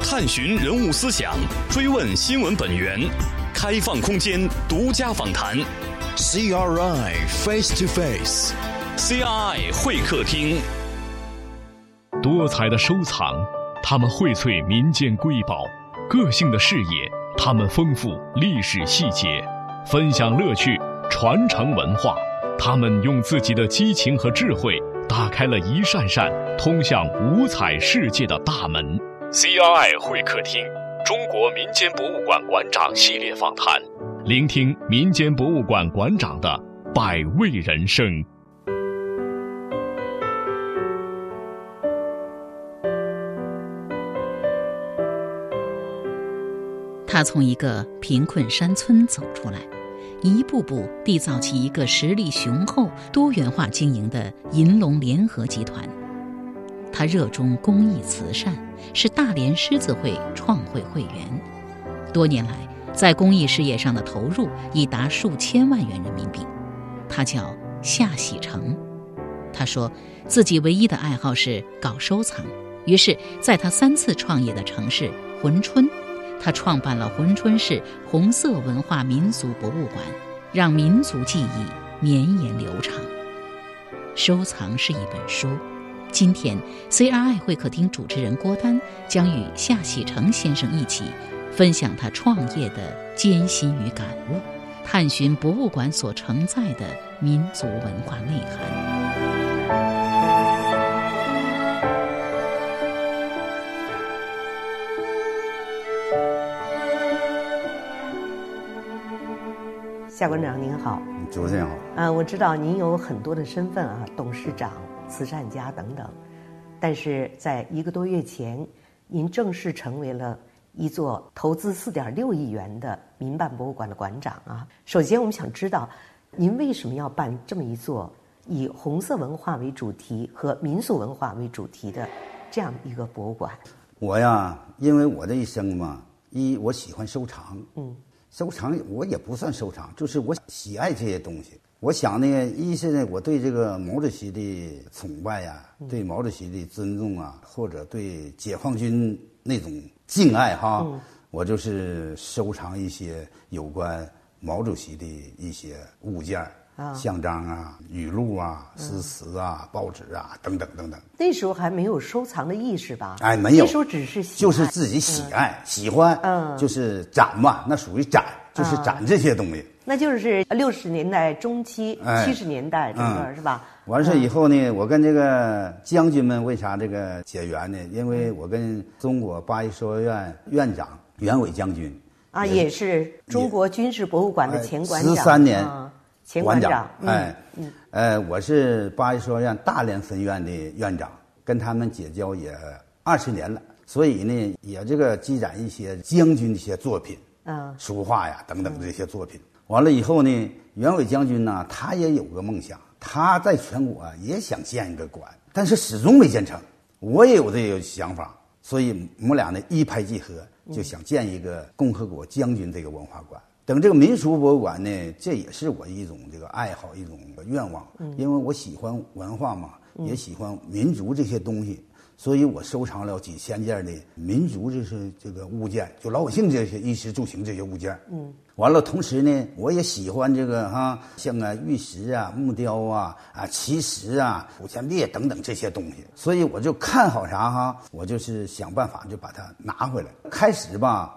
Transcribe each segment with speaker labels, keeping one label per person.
Speaker 1: 探寻人物思想，追问新闻本源，开放空间独家访谈
Speaker 2: CRI Face to Face，
Speaker 1: ，CRI 会客厅。
Speaker 3: 多彩的收藏，他们荟萃民间瑰宝；个性的视野，他们丰富历史细节；分享乐趣，传承文化，他们用自己的激情和智慧，打开了一扇扇通向五彩世界的大门。CRI 会客厅，中国民间博物馆馆长系列访谈，聆听民间博物馆馆长的百味人生。
Speaker 4: 他从一个贫困山村走出来，一步步缔造起一个实力雄厚、多元化经营的银龙联合集团。他热衷公益慈善，是大连狮子会创会会员。多年来，在公益事业上的投入已达数千万元人民币。他叫夏喜成，他说自己唯一的爱好是搞收藏，于是在他三次创业的城市珲春，他创办了珲春市红色文化民俗博物馆，让民族记忆绵延流长。收藏是一本书。今天，CRI 会客厅主持人郭丹将与夏喜成先生一起分享他创业的艰辛与感悟，探寻博物馆所承载的民族文化内涵。
Speaker 5: 夏馆长您好，
Speaker 6: 主持人好，
Speaker 5: 呃，我知道您有很多的身份啊，董事长、慈善家等等，但是在一个多月前，您正式成为了一座投资四点六亿元的民办博物馆的馆长啊。首先，我们想知道，您为什么要办这么一座以红色文化为主题和民俗文化为主题的这样一个博物馆？
Speaker 6: 我呀，因为我这一生嘛，一我喜欢收藏，嗯，收藏我也不算收藏，就是我喜爱这些东西。我想呢，一是呢，我对这个毛主席的崇拜呀、对毛主席的尊重啊，或者对解放军那种敬爱哈，我就是收藏一些有关毛主席的一些物件儿
Speaker 5: 啊
Speaker 6: 像章啊、语录啊、诗词啊、报纸啊等等等等。
Speaker 5: 那时候还没有收藏的意识吧？
Speaker 6: 哎，没有，
Speaker 5: 那时候只是喜
Speaker 6: 就是
Speaker 5: 爱
Speaker 6: 自己喜爱、喜欢，
Speaker 5: 嗯
Speaker 6: 就是展嘛，那属于展，就是展这些东西。
Speaker 5: 那就是六十年代中期、
Speaker 6: 哎
Speaker 5: 七十年代整个、
Speaker 6: 嗯
Speaker 5: 是吧？
Speaker 6: 完事以后呢，我跟这个将军们为啥这个结缘呢？因为
Speaker 5: 嗯
Speaker 6: 我跟中国八一修道院院长袁伟将军
Speaker 5: 啊，也是中国军事博物馆的前馆长，
Speaker 6: 十三年
Speaker 5: 啊，前馆
Speaker 6: 长
Speaker 5: 长，，嗯
Speaker 6: 哎，呃，我是八一修道院大连分院的院长，跟他们结交也二十年了，所以呢，也这个积攒一些将军的一些作品。
Speaker 5: 嗯，
Speaker 6: 书画呀等等这些作品。完了以后呢，袁伟将军呢，他也有个梦想，他在全国啊也想建一个馆，但是始终没建成。我也有这个想法，所以我们俩呢一拍即合，就想建一个共和国将军这个文化馆。等这个民俗博物馆呢，这也是我一种这个爱好，一种愿望，因为我喜欢文化嘛，也喜欢民族这些东西，所以我收藏了几千件的民族这些这个物件，就老百姓这些衣食住行这些物件。嗯，完了，同时呢，我也喜欢这个哈、像啊玉石啊、木雕啊、啊奇石啊、古钱币等等这些东西，所以我就看好啥哈、我就是想办法就把它拿回来。开始吧，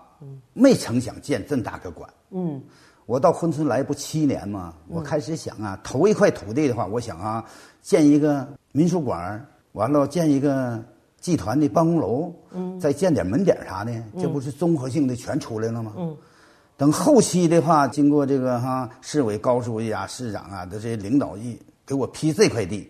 Speaker 6: 没成想建这么大个馆。
Speaker 5: 嗯，
Speaker 6: 我到珲春来不七年嘛，我开始想啊，头一块土地的话，我想啊，建一个民俗馆儿，完了建一个集团的办公楼，嗯，再建点门点儿啥的，
Speaker 5: 嗯
Speaker 6: 这不是综合性的全出来了吗？嗯，等后期的话，经过这个哈市委高书记啊、市长啊的这些领导意给我批这块地，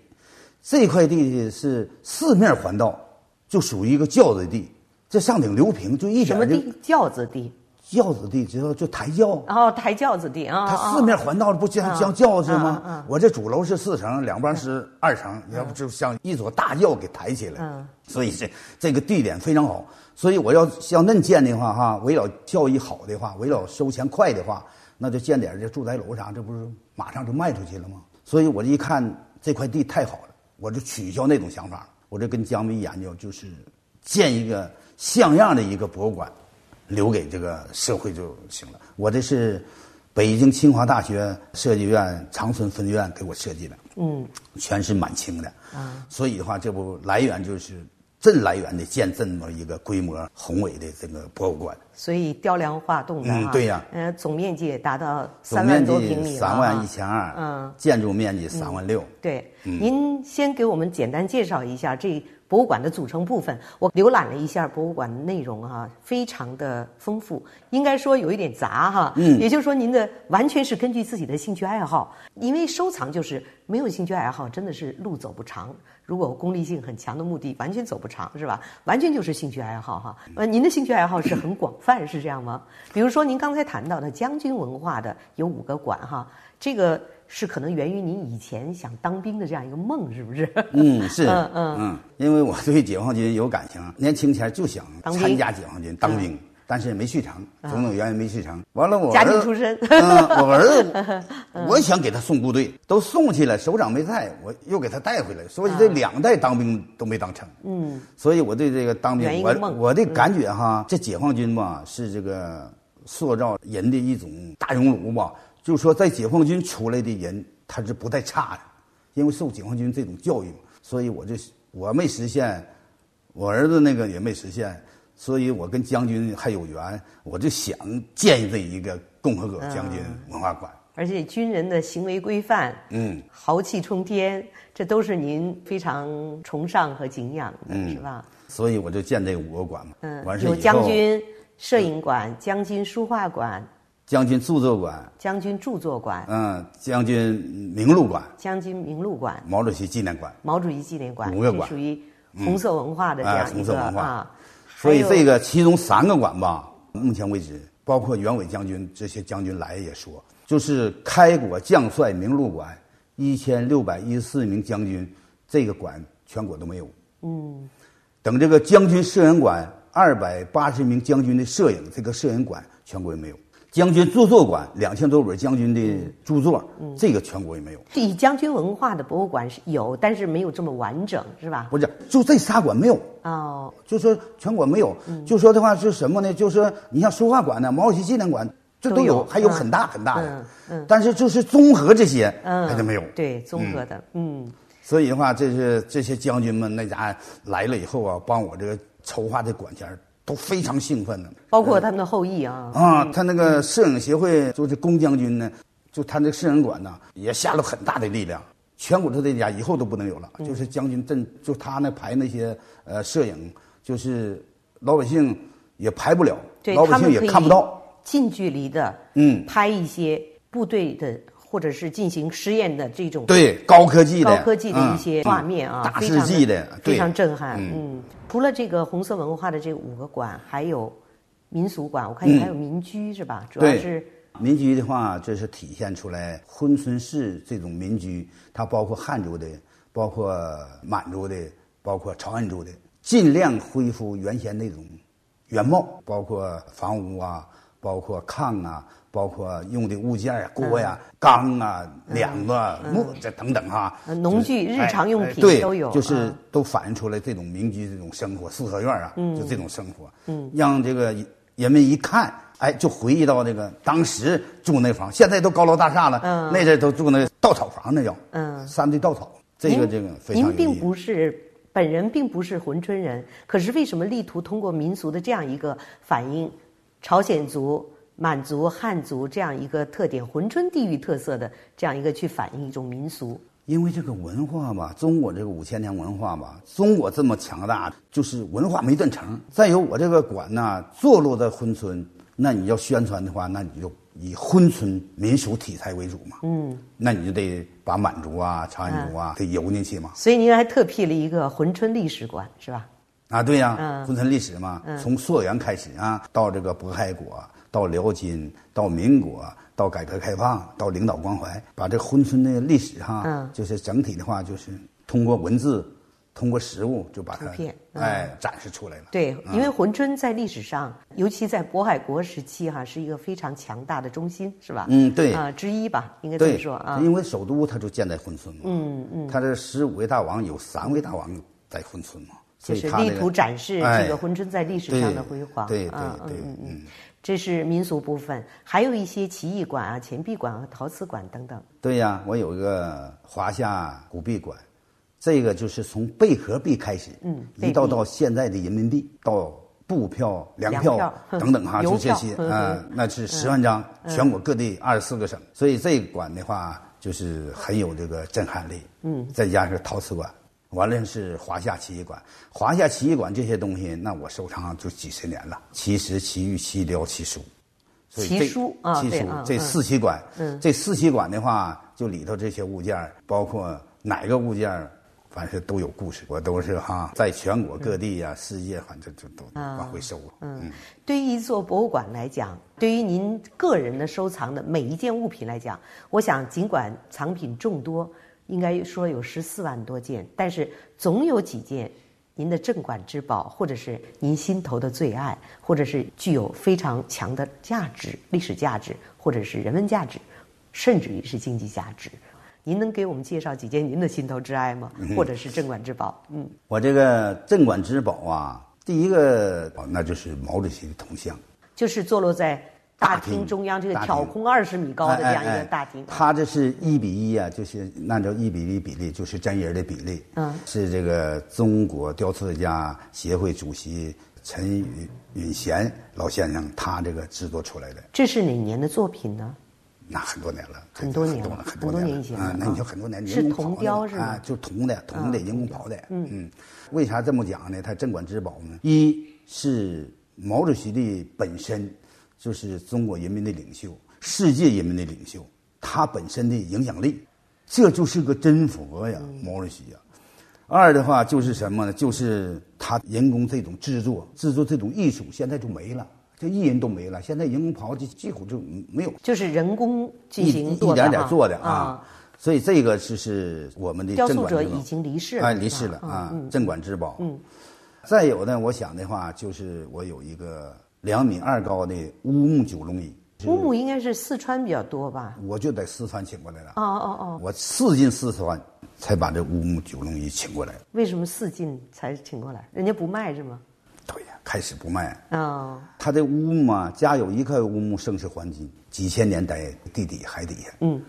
Speaker 6: 这块地是四面环道，就属于一个轿子地，这上顶流平，就一
Speaker 5: 什么
Speaker 6: 哎点就
Speaker 5: 地轿子地，
Speaker 6: 轿子地，知道就抬轿。
Speaker 5: 然后抬轿子地啊，
Speaker 6: 它
Speaker 5: 啊
Speaker 6: 四面环道，不像像轿子
Speaker 5: 嗯嗯
Speaker 6: 吗？我这主楼是四层，两边是二层，要不就像一座大轿给抬起来
Speaker 5: 嗯。
Speaker 6: 所以这这个地点非常好。所以我要像恁建的话，哈，围绕教育好的话，围绕收钱快的话，那就建点这住宅楼啥，这不是马上就卖出去了吗？所以我一看这块地太好了，我就取消那种想法了，我就跟江明研究，就是建一个像样的一个博物馆，留给这个社会就行了。我这是北京清华大学设计院长春分院给我设计的，
Speaker 5: 嗯，
Speaker 6: 全是满清的
Speaker 5: 啊，
Speaker 6: 所以的话，这不来源就是镇来源的建这么一个规模宏伟的这个博物馆，
Speaker 5: 所以雕梁画栋的
Speaker 6: 嗯
Speaker 5: 啊
Speaker 6: 对呀
Speaker 5: 呃，总面积也达到
Speaker 6: 总
Speaker 5: 三万
Speaker 6: 面
Speaker 5: 多平米
Speaker 6: 积
Speaker 5: 了
Speaker 6: 三
Speaker 5: 啊
Speaker 6: 万一千二，
Speaker 5: 嗯，
Speaker 6: 建筑面积三万六。
Speaker 5: 对，您先给我们简单介绍一下这博物馆的组成部分。我浏览了一下博物馆的内容哈、非常的丰富，应该说有一点杂哈。嗯，也就是说您的完全是根据自己的兴趣爱好，因为收藏就是没有兴趣爱好真的是路走不长。如果功利性很强的目的，完全走不长是吧？完全就是兴趣爱好哈。呃，您的兴趣爱好是很广泛，是这样吗？比如说您刚才谈到的将军文化的有五个馆哈，这个。是可能源于您以前想当兵的这样一个梦，是不是？
Speaker 6: 嗯，是，
Speaker 5: 嗯嗯
Speaker 6: 嗯，因为我对解放军有感情，年轻前就想
Speaker 5: 当兵嗯啊
Speaker 6: 参加解放军当兵，但是没去成，种种原因没去成。完了，我
Speaker 5: 家
Speaker 6: 儿
Speaker 5: 庭嗯
Speaker 6: 子
Speaker 5: 出身
Speaker 6: 嗯，我儿 子，我想给他送部队，都送去了，首长没在，我又给他带回来，所以
Speaker 5: 嗯
Speaker 6: 这两代当兵都没当成。嗯，所以我对这个当
Speaker 5: 圆
Speaker 6: 兵，
Speaker 5: 一
Speaker 6: 我
Speaker 5: 个梦嗯
Speaker 6: 我的感觉哈，这解放军吧是这个塑造人的一种大熔炉吧，就说在解放军出来的人他是不带差的，因为受解放军这种教育嘛，所以我就我没实现，我儿子那个也没实现。所以我跟将军还有缘，我就想建这一个共和国将军文化馆。
Speaker 5: 而且军人的行为规范，
Speaker 6: 嗯，
Speaker 5: 豪气冲天，这都是您非常崇尚和敬仰的，
Speaker 6: 嗯
Speaker 5: 是吧？
Speaker 6: 所以我就建这五个馆嘛。完
Speaker 5: 嗯，
Speaker 6: 事以
Speaker 5: 有
Speaker 6: 后，
Speaker 5: 将军摄影馆、将军书画馆、
Speaker 6: 将军著作馆，
Speaker 5: 将军著作馆、
Speaker 6: 嗯，将军名录馆，
Speaker 5: 将军名录馆、
Speaker 6: 毛主席纪念馆。
Speaker 5: 毛主席纪念馆，
Speaker 6: 五个
Speaker 5: 这
Speaker 6: 馆
Speaker 5: 属于红色文化的这
Speaker 6: 哎
Speaker 5: 样一
Speaker 6: 红色
Speaker 5: 个
Speaker 6: 文化
Speaker 5: 啊。
Speaker 6: 所以
Speaker 5: 还有
Speaker 6: 这个其中三个馆吧，目前为止，包括袁伟将军这些将军来也说，就是开国将帅名录馆，一千六百一十四名将军，这个馆全国都没有。
Speaker 5: 嗯，
Speaker 6: 等这个将军摄影馆，二百八十名将军的摄影，这个摄影馆全国也没有。将军著作馆，两千多本将军的著作，这个全国也没有。
Speaker 5: 以将军文化的博物馆是有，但是没有这么完整，是吧？
Speaker 6: 不是，就这仨馆没有，
Speaker 5: 哦，
Speaker 6: 就说全国没有。
Speaker 5: 嗯
Speaker 6: 就说的话是什么呢？就是说你像书画馆呢，毛主席纪念馆，这
Speaker 5: 都
Speaker 6: 都有，
Speaker 5: 有
Speaker 6: 还有
Speaker 5: 嗯
Speaker 6: 很大很大的
Speaker 5: 嗯。嗯
Speaker 6: 但是就是综合这些，
Speaker 5: 嗯，
Speaker 6: 还真没有。
Speaker 5: 对，综合的，嗯
Speaker 6: 所以的话，这是这些将军们那家来了以后啊，帮我这个筹划这馆钱儿都非常兴奋呢。
Speaker 5: 包括他们的后裔啊，
Speaker 6: 啊，他那个摄影协会就是龚将军呢，就他那个摄影馆呐，也下了很大的力量。全国都这家以后都不能有了，
Speaker 5: 嗯
Speaker 6: 就是将军镇，就他那排那些呃摄影，就是老百姓也排不了，
Speaker 5: 对
Speaker 6: 老百
Speaker 5: 他
Speaker 6: 姓
Speaker 5: 们
Speaker 6: 也
Speaker 5: 可以
Speaker 6: 看不到。
Speaker 5: 近距离的，
Speaker 6: 嗯
Speaker 5: 拍一些部队的或者是进行实验的这种
Speaker 6: 对，高科技的
Speaker 5: 高科技的一些
Speaker 6: 嗯
Speaker 5: 画面啊，
Speaker 6: 嗯大
Speaker 5: 非常
Speaker 6: 世纪的，
Speaker 5: 非
Speaker 6: 对
Speaker 5: 常震撼。
Speaker 6: 嗯，
Speaker 5: 嗯，除了这个红色文化的这五个馆，还有民俗馆，我看你还有民居是吧？主要
Speaker 6: 嗯对
Speaker 5: 是
Speaker 6: 民居的话，这是体现出来珲春市这种民居，它包括汉族的，包括满族的，包括朝鲜族的，尽量恢复原先那种原貌，包括房屋啊，包括炕啊，包括用的物件啊，锅呀、
Speaker 5: 嗯
Speaker 6: 缸啊、梁子啊、木这等等啊哈、
Speaker 5: 呃农具
Speaker 6: 就是
Speaker 5: 日常用
Speaker 6: 哎哎
Speaker 5: 品
Speaker 6: 对
Speaker 5: 都有
Speaker 6: 就是
Speaker 5: 嗯
Speaker 6: 都反映出来这种民居这种生活，四合院啊，就这种生活，
Speaker 5: 嗯
Speaker 6: 让这个人们一看，哎，就回忆到这个当时住那房，现在都高楼大厦了，
Speaker 5: 嗯
Speaker 6: 那阵儿都住那稻草房，那叫，
Speaker 5: 嗯
Speaker 6: 三堆稻草，这个
Speaker 5: 您
Speaker 6: 这个非常
Speaker 5: 您
Speaker 6: 有意
Speaker 5: 并
Speaker 6: 义。
Speaker 5: 不是本人并不是珲春人，可是为什么力图通过民俗的这样一个反映朝鲜族、满族、汉族这样一个特点，珲春地域特色的这样一个去反映一种民俗？
Speaker 6: 因为这个文化吧，中国这个五千年文化吧，中国这么强大，就是文化没断层。再有我这个馆呢，坐落在珲春，那你要宣传的话，那你就以珲春民俗题材为主嘛。嗯，那你就得把满族啊、朝鲜族啊、得游进去嘛。
Speaker 5: 所以您还特辟了一个珲春历史馆，是吧？
Speaker 6: 啊，对呀、
Speaker 5: 嗯
Speaker 6: 珲春历史嘛，从溯源开始啊，到这个渤海国，到辽金，到民国，到改革开放，到领导关怀，把这珲春的历史哈，
Speaker 5: 嗯
Speaker 6: 就是整体的话，就是通过文字，通过实物，就把它
Speaker 5: 图片嗯
Speaker 6: 哎展示出来了。
Speaker 5: 对，因为珲春在历史上，尤其在渤海国时期哈、是一个非常强大的中心，是吧？
Speaker 6: 嗯对
Speaker 5: 啊、之一吧，应该这么
Speaker 6: 对
Speaker 5: 说啊。
Speaker 6: 因为首都它就建在珲春嘛，嗯嗯，它这十五位大王有三位大王在珲春嘛，所
Speaker 5: 就
Speaker 6: 以
Speaker 5: 是
Speaker 6: 他
Speaker 5: 力
Speaker 6: 这个
Speaker 5: 图展示
Speaker 6: 哎
Speaker 5: 这个珲春在历史上的辉煌。
Speaker 6: 对对
Speaker 5: 啊
Speaker 6: 对对
Speaker 5: 嗯嗯
Speaker 6: 嗯
Speaker 5: 嗯，这是民俗部分，还有一些奇艺馆啊、钱币馆啊、陶瓷馆等等。
Speaker 6: 对呀，我有一个华夏古币馆，这个就是从贝壳币开始，
Speaker 5: 嗯贝
Speaker 6: 一到
Speaker 5: 币
Speaker 6: 到现在的人民币，到布票、粮
Speaker 5: 粮
Speaker 6: 票
Speaker 5: 票
Speaker 6: 等等哈，
Speaker 5: 邮
Speaker 6: 就这
Speaker 5: 票
Speaker 6: 些，
Speaker 5: 嗯
Speaker 6: 啊，那是十万张，全国各地二十四个省，所以这一馆的话就是很有这个震撼力，嗯，再加上陶瓷馆。完了是华夏奇艺馆，华夏奇艺馆这些东西，那我收藏就几十年了。奇石、奇玉、奇雕、奇书，所以
Speaker 5: 奇
Speaker 6: 这
Speaker 5: 书啊
Speaker 6: 奇
Speaker 5: 对
Speaker 6: 书
Speaker 5: 啊
Speaker 6: 这
Speaker 5: 嗯
Speaker 6: 四期馆，
Speaker 5: 嗯
Speaker 6: 这四期馆的话，就里头这些物件儿，包括哪个物件儿，凡是都有故事，我都是哈，在全国各地呀、世界反正就都往回收了。嗯，
Speaker 5: 对于一座博物馆来讲，对于您个人的收藏的每一件物品来讲，我想尽管藏品众多，应该说有十四万多件，但是总有几件您的镇馆之宝，或者是您心头的最爱，或者是具有非常强的价值、历史价值，或者是人文价值，甚至于是经济价值。您能给我们介绍几件您的心头之爱吗？
Speaker 6: 嗯
Speaker 5: 或者是镇馆之宝？嗯，
Speaker 6: 我这个镇馆之宝啊，第一个哦那就是毛主席的铜像，
Speaker 5: 就是坐落在大
Speaker 6: 大
Speaker 5: 厅
Speaker 6: 厅
Speaker 5: 中央这个
Speaker 6: 大厅
Speaker 5: 挑空二十米高的这样一个大厅。
Speaker 6: 哎它这是一比一啊，就是按照一比一比例，就是真人的比例。
Speaker 5: 嗯
Speaker 6: 是这个中国雕塑家协会主席陈允允贤老先生他这个制作出来的。
Speaker 5: 这是哪年的作品呢？
Speaker 6: 那很多年了，
Speaker 5: 很多年了
Speaker 6: 了，很
Speaker 5: 很多
Speaker 6: 多
Speaker 5: 年
Speaker 6: 年
Speaker 5: 以前了
Speaker 6: 啊、那
Speaker 5: 啊
Speaker 6: 你就很多年，
Speaker 5: 是
Speaker 6: 人工
Speaker 5: 铜
Speaker 6: 刨
Speaker 5: 雕
Speaker 6: 的
Speaker 5: 是
Speaker 6: 啊
Speaker 5: 吗，
Speaker 6: 就铜的，铜的，
Speaker 5: 啊
Speaker 6: 人工刨的，嗯为啥这么讲呢？它镇馆之宝呢，一是毛主席的本身就是中国人民的领袖，世界人民的领袖，他本身的影响力，这就是个真佛呀，
Speaker 5: 嗯
Speaker 6: 毛主席呀。二的话就是什么呢？就是他人工这种制作，制作这种艺术，现在就没了，这艺人都没了，现在人工刨就几乎就没有
Speaker 5: 就是人工进
Speaker 6: 一
Speaker 5: 行
Speaker 6: 一
Speaker 5: 做的
Speaker 6: 点点
Speaker 5: 哈
Speaker 6: 做的啊。。所以这个就是我们的
Speaker 5: 雕
Speaker 6: 镇
Speaker 5: 塑
Speaker 6: 馆
Speaker 5: 者
Speaker 6: 之宝
Speaker 5: 已经离世了，
Speaker 6: 哎
Speaker 5: 是吧
Speaker 6: 离世了啊，镇馆之宝。
Speaker 5: 嗯，
Speaker 6: 再有呢，我想的话就是我有一个两米二高的乌木九龙椅，
Speaker 5: 乌木应该是四川比较多吧？
Speaker 6: 我就在四川请过来了
Speaker 5: 哦。哦哦，
Speaker 6: 我四进四川才把这乌木九龙椅请过来。
Speaker 5: 为什么四进才请过来？人家不卖是吗？
Speaker 6: 对呀，开始不卖。
Speaker 5: 哦，
Speaker 6: 它这乌木啊，家有一块乌木盛世还金，几千年在地底海底下。
Speaker 5: 嗯，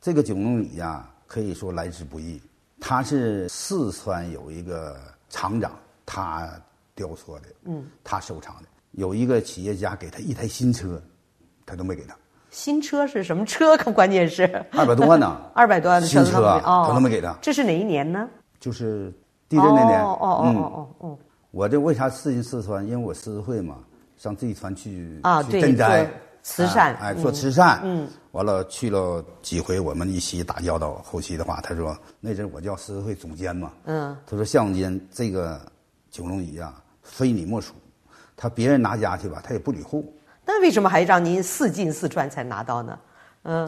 Speaker 6: 这个九龙椅呀、可以说来之不易。它是四川有一个厂长，他雕塑的，嗯，他收藏的。有一个企业家给他一台新车，他都没给他，
Speaker 5: 新车是什么车？关键是 ，
Speaker 6: 二百多万呢
Speaker 5: 二百多万的
Speaker 6: 新
Speaker 5: 车
Speaker 6: 车
Speaker 5: 都
Speaker 6: 啊
Speaker 5: 没哦，
Speaker 6: 他都没给他，
Speaker 5: 这是哪一年呢？
Speaker 6: 就是地震那年。
Speaker 5: 哦哦哦
Speaker 6: 嗯
Speaker 5: 哦哦哦，
Speaker 6: 我这为啥四进四川？因为我狮子会嘛，上四川去
Speaker 5: 啊
Speaker 6: 去
Speaker 5: 对
Speaker 6: 赈灾
Speaker 5: 做，慈善
Speaker 6: 哎，哎
Speaker 5: 嗯
Speaker 6: 做慈善，
Speaker 5: 嗯，
Speaker 6: 完了去了几回，我们一起打交道。后期的话，他说那阵我叫狮子会总监嘛，
Speaker 5: 嗯，
Speaker 6: 他说向总监这个九龙椅啊，非你莫属，他别人拿家去吧，他也不捋户。
Speaker 5: 那为什么还让您四进四川才拿到呢？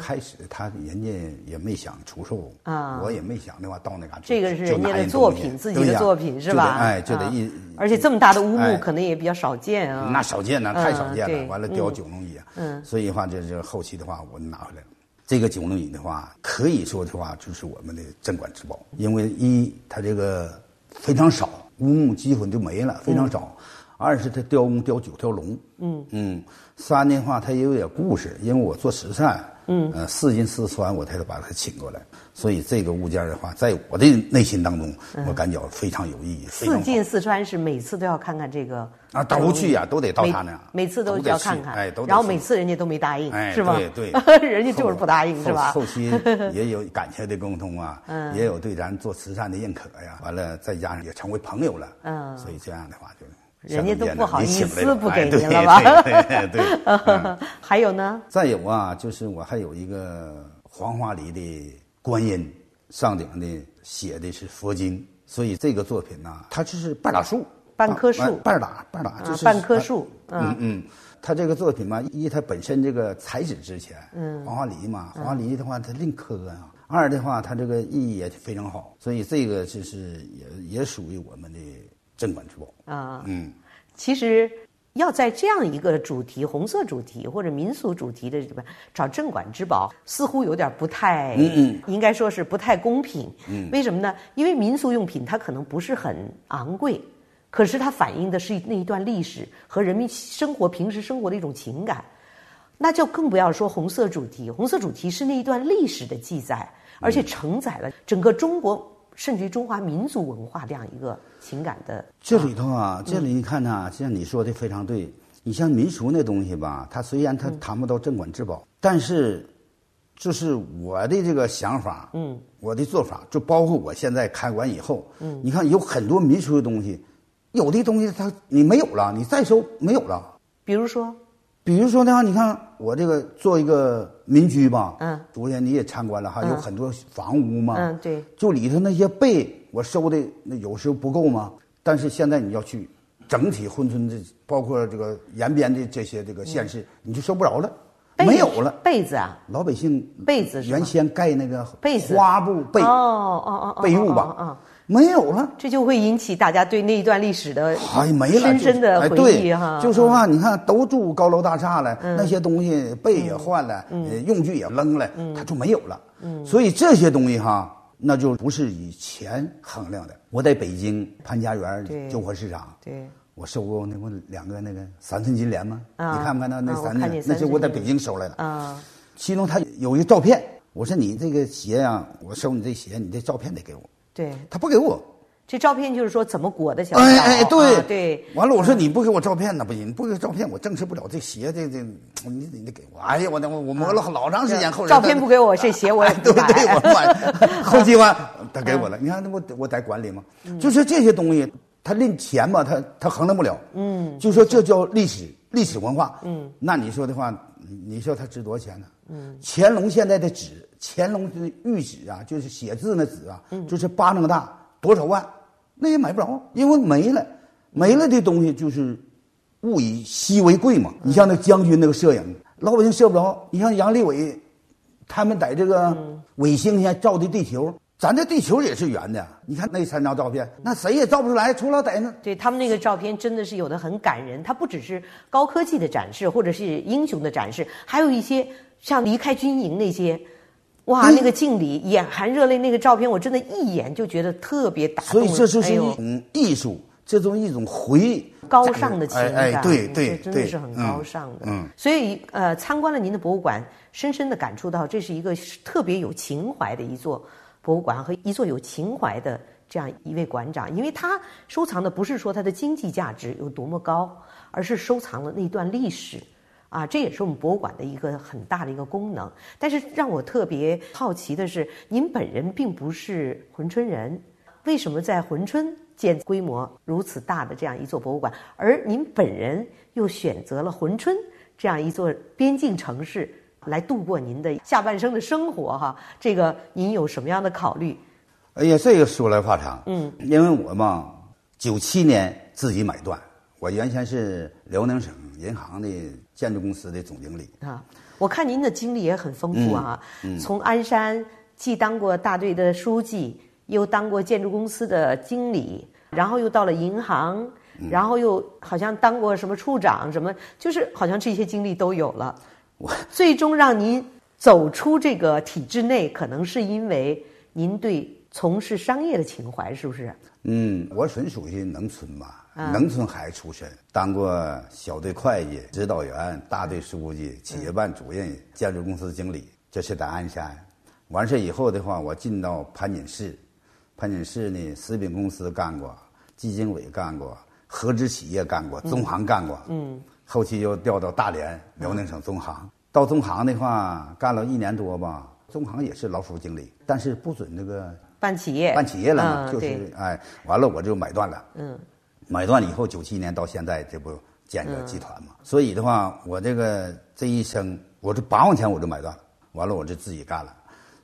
Speaker 6: 开始他人家也没想出售
Speaker 5: 啊
Speaker 6: 我也没想的话到那嘎达
Speaker 5: 这个是
Speaker 6: 就
Speaker 5: 人
Speaker 6: 拿
Speaker 5: 家的
Speaker 6: 人
Speaker 5: 作
Speaker 6: 东西
Speaker 5: 品，自己
Speaker 6: 对
Speaker 5: 的
Speaker 6: 呀
Speaker 5: 作品是
Speaker 6: 就得
Speaker 5: 吧？
Speaker 6: 哎，就得
Speaker 5: 啊
Speaker 6: 一，
Speaker 5: 而且这么大的乌
Speaker 6: 哎
Speaker 5: 木，可能也比较少见啊。
Speaker 6: 那少见呢，
Speaker 5: 嗯
Speaker 6: 太少见了。
Speaker 5: 对
Speaker 6: 完了雕九龙椅啊，
Speaker 5: 嗯
Speaker 6: 所以的话，这这后期的话，我拿回来了。这个九龙椅的话，可以说的话，就是我们的镇馆之宝，因为一它这个非常少，乌木几乎就没
Speaker 5: 嗯
Speaker 6: 了，非常少。二是它雕工雕九条龙，嗯嗯。三的话，它也有点故事，因为我做慈善，嗯，呃，四进四川，我才把它请过来。所以这个物件的话，在我的内心当中，我感觉非常有意义，非
Speaker 5: 嗯
Speaker 6: 常
Speaker 5: 四
Speaker 6: 好
Speaker 5: 进四川是每次都要看看这个
Speaker 6: 啊都去呀都得到
Speaker 5: 每
Speaker 6: 他那儿
Speaker 5: 每次都
Speaker 6: 都得
Speaker 5: 要
Speaker 6: 去
Speaker 5: 看看，
Speaker 6: 哎都得
Speaker 5: 然后
Speaker 6: 去
Speaker 5: 每次人家都没答应，
Speaker 6: 哎，
Speaker 5: 是吗？，
Speaker 6: 对对
Speaker 5: 人家就是不答应，是吧嗯
Speaker 6: 后？后期也有感情的沟通啊，也有对咱做慈善的认可呀。完了，再加上也成为朋友了，
Speaker 5: 嗯
Speaker 6: 所以这样的话就。
Speaker 5: 人家都不好意思
Speaker 6: 你请来了
Speaker 5: 不
Speaker 6: 哎
Speaker 5: 给你
Speaker 6: 对
Speaker 5: 了吧
Speaker 6: 对对对 对嗯
Speaker 5: 还有呢，
Speaker 6: 再有啊，就是我还有一个黄花梨的观音上顶的写的是佛经，所以这个作品呢、它就是半打树，
Speaker 5: 半棵树
Speaker 6: 半打半打就
Speaker 5: 啊，
Speaker 6: 是
Speaker 5: 半棵树，
Speaker 6: 嗯
Speaker 5: 嗯，
Speaker 6: 嗯，它这个作品嘛，一它本身这个材质值钱，嗯，黄花梨嘛，黄花梨的话它另科啊。二的话，它这个意义也非常好，所以这个就是也也属于我们的镇馆之宝。
Speaker 5: 啊，
Speaker 6: 嗯，
Speaker 5: 其实要在这样一个主题，红色主题或者民俗主题的里边找镇馆之宝，似乎有点不太，应该说是不太公平。为什么呢？因为民俗用品它可能不是很昂贵，可是它反映的是那一段历史和人民生活平时生活的一种情感。那就更不要说红色主题，红色主题是那一段历史的记载，而且承载了整个中国甚至于中华民族文化这样一个情感的。
Speaker 6: 这里头啊，这里你看呐、就像你说的非常对。你像民俗那东西吧，它虽然它谈不到镇馆之宝，但是就是我的这个想法，嗯，我的做法，就包括我现在开馆以后，嗯，你看有很多民俗的东西，有的东西它你没有了，你再收没有了。
Speaker 5: 比如说，
Speaker 6: 比如说的话，你看我这个做一个民居吧，
Speaker 5: 嗯
Speaker 6: 昨天你也参观了哈，有很多房屋嘛，
Speaker 5: 嗯对
Speaker 6: 就里头那些被我收的，那有时候不够吗？但是现在你要去整体珲春这，包括这个延边的这些这个县市，你就收不着了，
Speaker 5: 嗯被子
Speaker 6: 没有了。
Speaker 5: 被子啊，
Speaker 6: 老百姓
Speaker 5: 被子是吗
Speaker 6: 原先盖那个
Speaker 5: 被子
Speaker 6: 花布被
Speaker 5: 哦哦哦哦，
Speaker 6: 被褥
Speaker 5: 哦哦哦
Speaker 6: 吧，没有了。
Speaker 5: 这就会引起大家对那一段历史的
Speaker 6: 哎，没了，
Speaker 5: 深
Speaker 6: 就是
Speaker 5: 深的
Speaker 6: 哎
Speaker 5: 回忆
Speaker 6: 对
Speaker 5: 哈。啊嗯
Speaker 6: 就说话，你看都住高楼大厦了，那些东西被也换了，呃用具也扔了，
Speaker 5: 嗯
Speaker 6: 它就没有了。所以这些东西哈，那就不是以钱衡量的。我在北京潘家
Speaker 5: 对
Speaker 6: 园旧货市场，
Speaker 5: 对
Speaker 6: 我收过那不两个那个三寸金莲吗？
Speaker 5: 啊
Speaker 6: 你看没看到那
Speaker 5: 啊我
Speaker 6: 三
Speaker 5: 看见
Speaker 6: 寸？
Speaker 5: 三
Speaker 6: 那是我在
Speaker 5: 寸金
Speaker 6: 北京收来的。
Speaker 5: 啊，
Speaker 6: 其中它有一照片，我说你这个鞋呀、我收你这鞋，你这照片得给我。
Speaker 5: 对，
Speaker 6: 他不给我，
Speaker 5: 这照片就是说怎么裹的小脚，
Speaker 6: 哎哎，对、
Speaker 5: 啊对，
Speaker 6: 完了，我说你不给我照片那不行，你不给我照片我证实不了这鞋这这，你你得给我。哎呀，我那我我磨了好老长时间，后来
Speaker 5: 啊照片不给我，这鞋我也
Speaker 6: 哎 对
Speaker 5: 不
Speaker 6: 对，
Speaker 5: 买。
Speaker 6: 我买。后期完他给我了，你看我我在管理嘛，就是这些东西，他论钱吧，他他衡量不了。嗯，就说这叫历史历史文化。嗯，那你说的话，你你说它值多少钱呢？嗯，乾隆现在的纸，乾隆的御纸啊，就是写字那纸啊，就是巴掌大，多少万，那也买不着，因为没了，没了的东西就是物以稀为贵嘛。你像那将军那个摄影，老百姓摄不着。你像杨利伟，他们在这个
Speaker 5: 嗯
Speaker 6: 卫星上照的地球，咱这地球也是圆的。你看那三张照片，
Speaker 5: 嗯
Speaker 6: 那谁也照不出来，除了在那
Speaker 5: 对他们那个照片真的是有的很感人，它不只是高科技的展示，或者是英雄的展示，还有一些像离开军营那些，哇，
Speaker 6: 嗯
Speaker 5: 那个敬礼、眼含热泪那个照片，我真的一眼就觉得特别打动
Speaker 6: 所
Speaker 5: 人。
Speaker 6: 以这就是
Speaker 5: 哎
Speaker 6: 一
Speaker 5: 呦
Speaker 6: 种艺术，这种一种回忆，
Speaker 5: 高尚的情感，嗯
Speaker 6: 哎哎，对对
Speaker 5: 这真
Speaker 6: 对
Speaker 5: 的是很高尚的。
Speaker 6: 嗯，嗯
Speaker 5: 所以呃，参观了您的博物馆，深深的感触到这是一个特别有情怀的一座博物馆和一座有情怀的这样一位馆长，因为他收藏的不是说他的经济价值有多么高，而是收藏了那段历史。啊，这也是我们博物馆的一个很大的一个功能。但是让我特别好奇的是，您本人并不是珲春人，为什么在珲春建规模如此大的这样一座博物馆，而您本人又选择了珲春这样一座边境城市来度过您的下半生的生活？哈，这个您有什么样的考虑？
Speaker 6: 哎呀，这个说来话长。
Speaker 5: 嗯，
Speaker 6: 因为我嘛，九七年自己买断，我原先是辽宁省银行的建筑公司的总经理。
Speaker 5: 啊，我看您的经历也很丰富啊，
Speaker 6: 嗯
Speaker 5: 从鞍山既当过大队的书记，又当过建筑公司的经理，然后又到了银行，
Speaker 6: 嗯
Speaker 5: 然后又好像当过什么处长，什么就是好像这些经历都有了。
Speaker 6: 我
Speaker 5: 最终让您走出这个体制内，可能是因为您对从事商业的情怀，是不是？
Speaker 6: 嗯，我纯属于农村吧，
Speaker 5: 啊
Speaker 6: 农村孩子出身，当过小队会计、指导员、大队书记、企业办主任、建筑公司经理，这是在鞍山。完事以后的话，我进到盘锦市，盘锦市呢，食品公司干过，基金委干过，合资企业干过，中行干过。嗯，后期又调到大连，辽宁省中行。到中行的话，干了一年多吧，中行也是老鼠经理，但是不准这个
Speaker 5: 办企业，
Speaker 6: 办企业了嘛，
Speaker 5: 嗯
Speaker 6: 就是
Speaker 5: 对
Speaker 6: 哎，完了我就买断了。
Speaker 5: 嗯，
Speaker 6: 买断了以后，九七年到现在，这不建
Speaker 5: 嗯
Speaker 6: 个集团嘛。所以的话，我这个这一生，我这八万钱我就买断了，完了我就自己干了。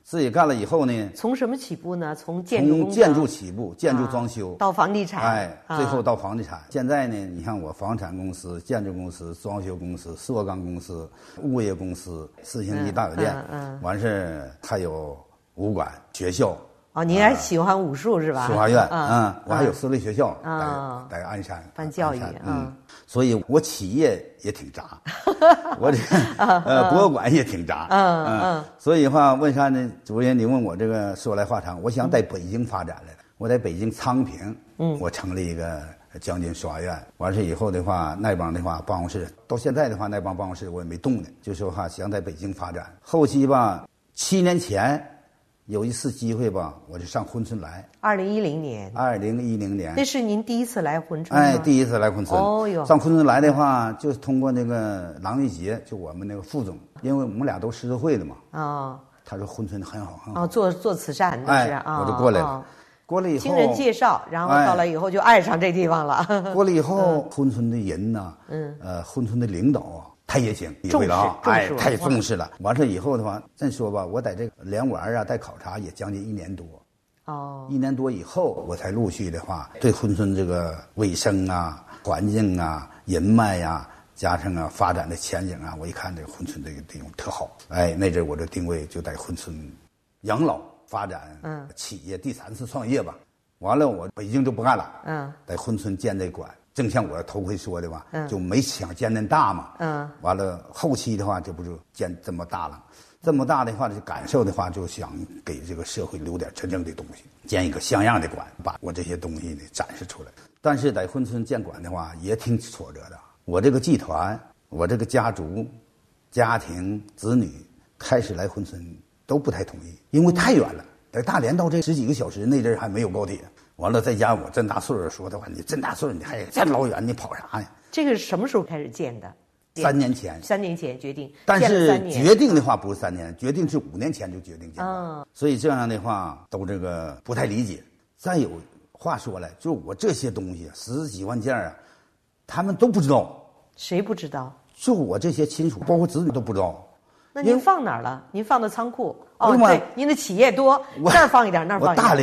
Speaker 6: 自己干了以后呢，
Speaker 5: 从什么起步呢？从建筑
Speaker 6: 从
Speaker 5: 工
Speaker 6: 建
Speaker 5: 程
Speaker 6: 筑起步，建筑
Speaker 5: 啊
Speaker 6: 装修，
Speaker 5: 到房地产，
Speaker 6: 哎，
Speaker 5: 啊
Speaker 6: 最后到房地产。现在呢，你看我房产公司、建筑公司、装修公司、塑钢公司、物业公司、四星级大酒店
Speaker 5: 嗯嗯，
Speaker 6: 完事儿还有武馆、学校。
Speaker 5: 哦，您还喜欢武术是吧？
Speaker 6: 书啊法院，
Speaker 5: 啊
Speaker 6: 嗯，我还有私立学校，
Speaker 5: 啊
Speaker 6: 在在鞍山
Speaker 5: 办教育
Speaker 6: 鞍山
Speaker 5: 嗯
Speaker 6: 嗯，所以我企业也挺杂， 我这个呃博物馆也挺杂，
Speaker 5: 啊嗯嗯
Speaker 6: 嗯，所以的话，问山呢，主任，你问我这个说来话长，我想在北京发展来了，我在北京昌平，嗯，我成立一个将军刷院，完事以后的话，那帮的话办公室，到现在的话，那帮办公室我也没动呢，就说哈想在北京发展。后期吧，七年前有一次机会吧，我就上珲春来，
Speaker 5: 二零一零年，
Speaker 6: 二零一零年
Speaker 5: 那，是您第一次来珲春
Speaker 6: 哎，第
Speaker 5: 一，
Speaker 6: 一次来昆村。
Speaker 5: 哦哟
Speaker 6: 上昆村来的话，就是通过那个郎玉杰，就我们那个副总，因为我们俩都狮子会的嘛，
Speaker 5: 啊
Speaker 6: 他说昆村很好很好。
Speaker 5: 啊，做做慈善那
Speaker 6: 哎
Speaker 5: 是啊，
Speaker 6: 我就过来了
Speaker 5: 啊
Speaker 6: 过来以后，
Speaker 5: 经人介绍，然后
Speaker 6: 哎
Speaker 5: 到了以后就爱上这地方了。
Speaker 6: 过来以后，
Speaker 5: 嗯
Speaker 6: 珲春的人呐，嗯，呃，珲春的领导啊，他也行，也会了啊，
Speaker 5: 重视重视，
Speaker 6: 哎
Speaker 5: 文化
Speaker 6: 太重视了。完事以后的话，再说吧，我在这个莲园啊，带考察也将近一年多，
Speaker 5: 哦，
Speaker 6: 一年多以后，我才陆续的话，对珲春这个卫生啊、环境啊、人脉呀、加上啊发展的前景啊，我一看这个珲春这个地方特好，哎，那阵儿我就定位就在珲春养老发展，
Speaker 5: 嗯
Speaker 6: 企业第三次创业吧。完了，我北京就不干了，
Speaker 5: 嗯，
Speaker 6: 在珲春建这馆，正像我头回说的吧，
Speaker 5: 嗯
Speaker 6: 就没想建那大嘛，
Speaker 5: 嗯，
Speaker 6: 完了后期的话，这不就建这么大了？这么大的话，这感受的话，就想给这个社会留点真正的东西，建一个像样的馆，把我这些东西呢展示出来。但是在珲春建馆的话，也挺挫折的。我这个剧团，我这个家族、家庭、子女开始来珲春都不太同意，因为太远了，
Speaker 5: 嗯
Speaker 6: 在大连到这十几个小时那阵儿还没有高铁。完了，再加上我这么大岁数，说的话，你这么大岁数，你还这么老远，你跑啥呀？
Speaker 5: 这个是什么时候开始建的？
Speaker 6: 三年前，
Speaker 5: 三年前决定，
Speaker 6: 但
Speaker 5: 建了
Speaker 6: 是
Speaker 5: 三年
Speaker 6: 决定的话不是三年，决定是五年前就决定结婚，
Speaker 5: 嗯
Speaker 6: 所以这样的话都这个不太理解。再有话说了，就我这些东西十几万件儿啊，他们都不知道，
Speaker 5: 谁不知道？
Speaker 6: 就我这些亲属包括子女都不知道。
Speaker 5: 那
Speaker 6: 因
Speaker 5: 您
Speaker 6: 为
Speaker 5: 放哪儿了？您放到仓库
Speaker 6: 哎
Speaker 5: 哦，
Speaker 6: 呀妈
Speaker 5: 对，您的企业多，
Speaker 6: 我
Speaker 5: 这儿放一点，那儿
Speaker 6: 我
Speaker 5: 放一点。
Speaker 6: 大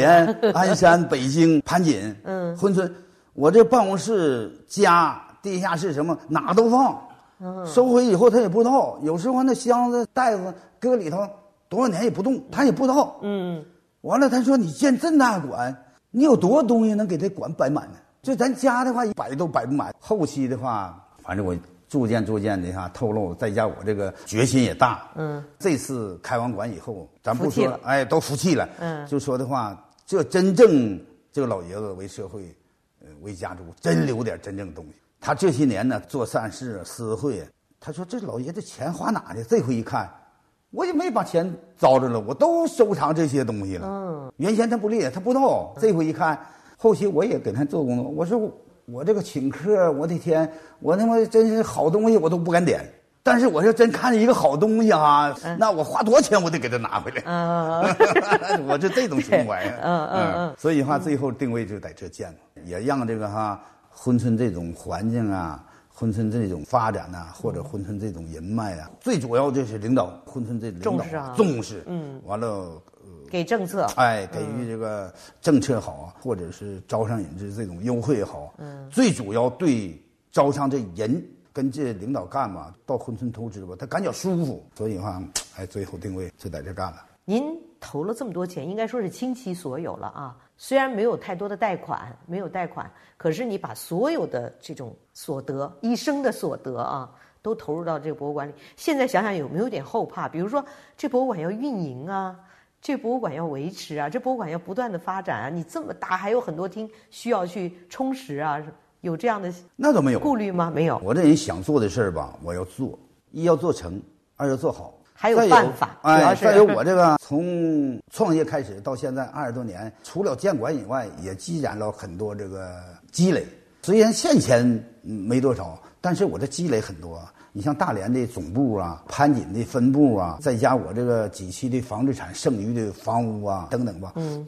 Speaker 6: 连、 鞍山、北京、盘锦、嗯、珲春，我这办公室、家、地下室什么哪都放。
Speaker 5: 嗯
Speaker 6: 收回以后他也不知道，有时候那箱子、袋子搁里头多少年也不动，他也不知道。
Speaker 5: 嗯，
Speaker 6: 完了，他说你建这么大馆，你有多少东西能给这馆摆满呢？就咱家的话，摆都摆不满。后期的话，反正我逐渐逐渐的哈透露，再加我这个决心也大。
Speaker 5: 嗯，
Speaker 6: 这次开完馆以后，咱不
Speaker 5: 服气
Speaker 6: 说
Speaker 5: 了，
Speaker 6: 哎，都服气了。
Speaker 5: 嗯
Speaker 6: 就说的话，这真正这个老爷子为社会，呃，为家族真留点真正东西。他这些年呢，做善事、私会，他说这老爷子钱花哪去？这回一看，我也没把钱糟着了，我都收藏这些东西了。嗯，原先他不理解，他不知道。这回一看，后期我也给他做工作，我说我这个请客，我的天，我他妈真是好东西我都不敢点。但是我要真看见一个好东西啊，那我花多少钱我得给他拿回来。 我是这种情怀。嗯嗯嗯。所以的话，最后定位就在这建了，也让这个哈珲春这种环境啊。珲春这种发展呐、或者珲春这种人脉啊，最主要就是领导珲春这领导
Speaker 5: 重视啊
Speaker 6: 重视，嗯，完了，
Speaker 5: 给政策，
Speaker 6: 哎，给予这个政策好啊，或者是招商引资这种优惠好，嗯，最主要对招商这人跟这领导干嘛，到珲春投资吧，他感觉舒服，所以的话，哎，最后定位就在这干了。
Speaker 5: 您投了这么多钱，应该说是倾其所有了啊。虽然没有太多的贷款，没有贷款，可是你把所有的这种所得，一生的所得啊，都投入到这个博物馆里。现在想想有没有点后怕？比如说，这博物馆要运营啊，这博物馆要维持啊，这博物馆要不断的发展啊。你这么大，还有很多厅需要去充实啊，有这样的
Speaker 6: 那都没有
Speaker 5: 顾虑吗？没有，
Speaker 6: 我这人想做的事儿吧，我要做，一要做成，二要做好，
Speaker 5: 还有
Speaker 6: 再
Speaker 5: 办法主要
Speaker 6: 哎，
Speaker 5: 是
Speaker 6: 再有我这个从创业开始到现在二十多年，除了监管以外，也积攒了很多这个积累。虽然现钱嗯没多少，但是我这积累很多。你像大连的总部啊，潘锦的分部啊，再加我这个几期的房地产剩余的房屋啊等等吧，嗯，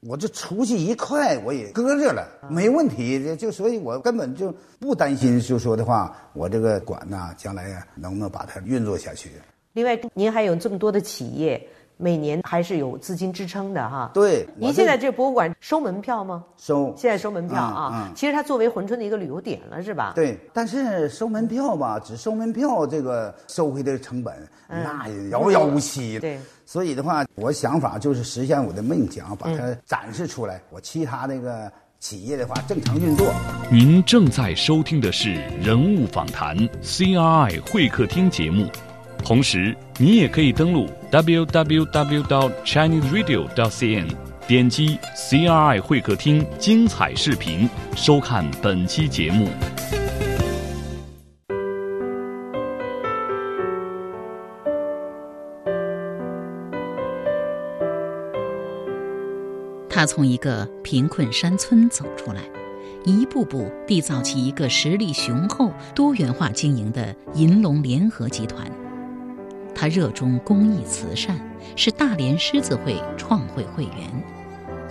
Speaker 6: 我这出去一块我也搁着了，没问题。这就所以，我根本就不担心，就说的话，我这个馆呐、将来啊能不能把它运作下去？
Speaker 5: 另外，您还有这么多的企业，每年还是有资金支撑的哈。
Speaker 6: 对，
Speaker 5: 您
Speaker 6: 我
Speaker 5: 现在这博物馆收门票吗？
Speaker 6: 收
Speaker 5: 现在收门票
Speaker 6: 嗯
Speaker 5: 啊，
Speaker 6: 嗯
Speaker 5: 其实它作为珲春的一个旅游点了，是吧？，
Speaker 6: 对，但是收门票吧，只收门票，这个收回的成本、那也遥遥无期。
Speaker 5: 嗯对，
Speaker 6: 所以的话，我想法就是实现我的梦想，把
Speaker 5: 嗯
Speaker 6: 它展示出来。我其他那个企业的话，正常运作。
Speaker 3: 您正在收听的是《人物访谈》CRI 会客厅节目，同时你也可以登录 www.chineseradio.cn 点击 CRI 会客厅精彩视频收看本期节目。
Speaker 4: 他从一个贫困山村走出来，一步步缔造起一个实力雄厚、多元化经营的银龙联合集团。他热衷公益慈善，是大连狮子会创会会员。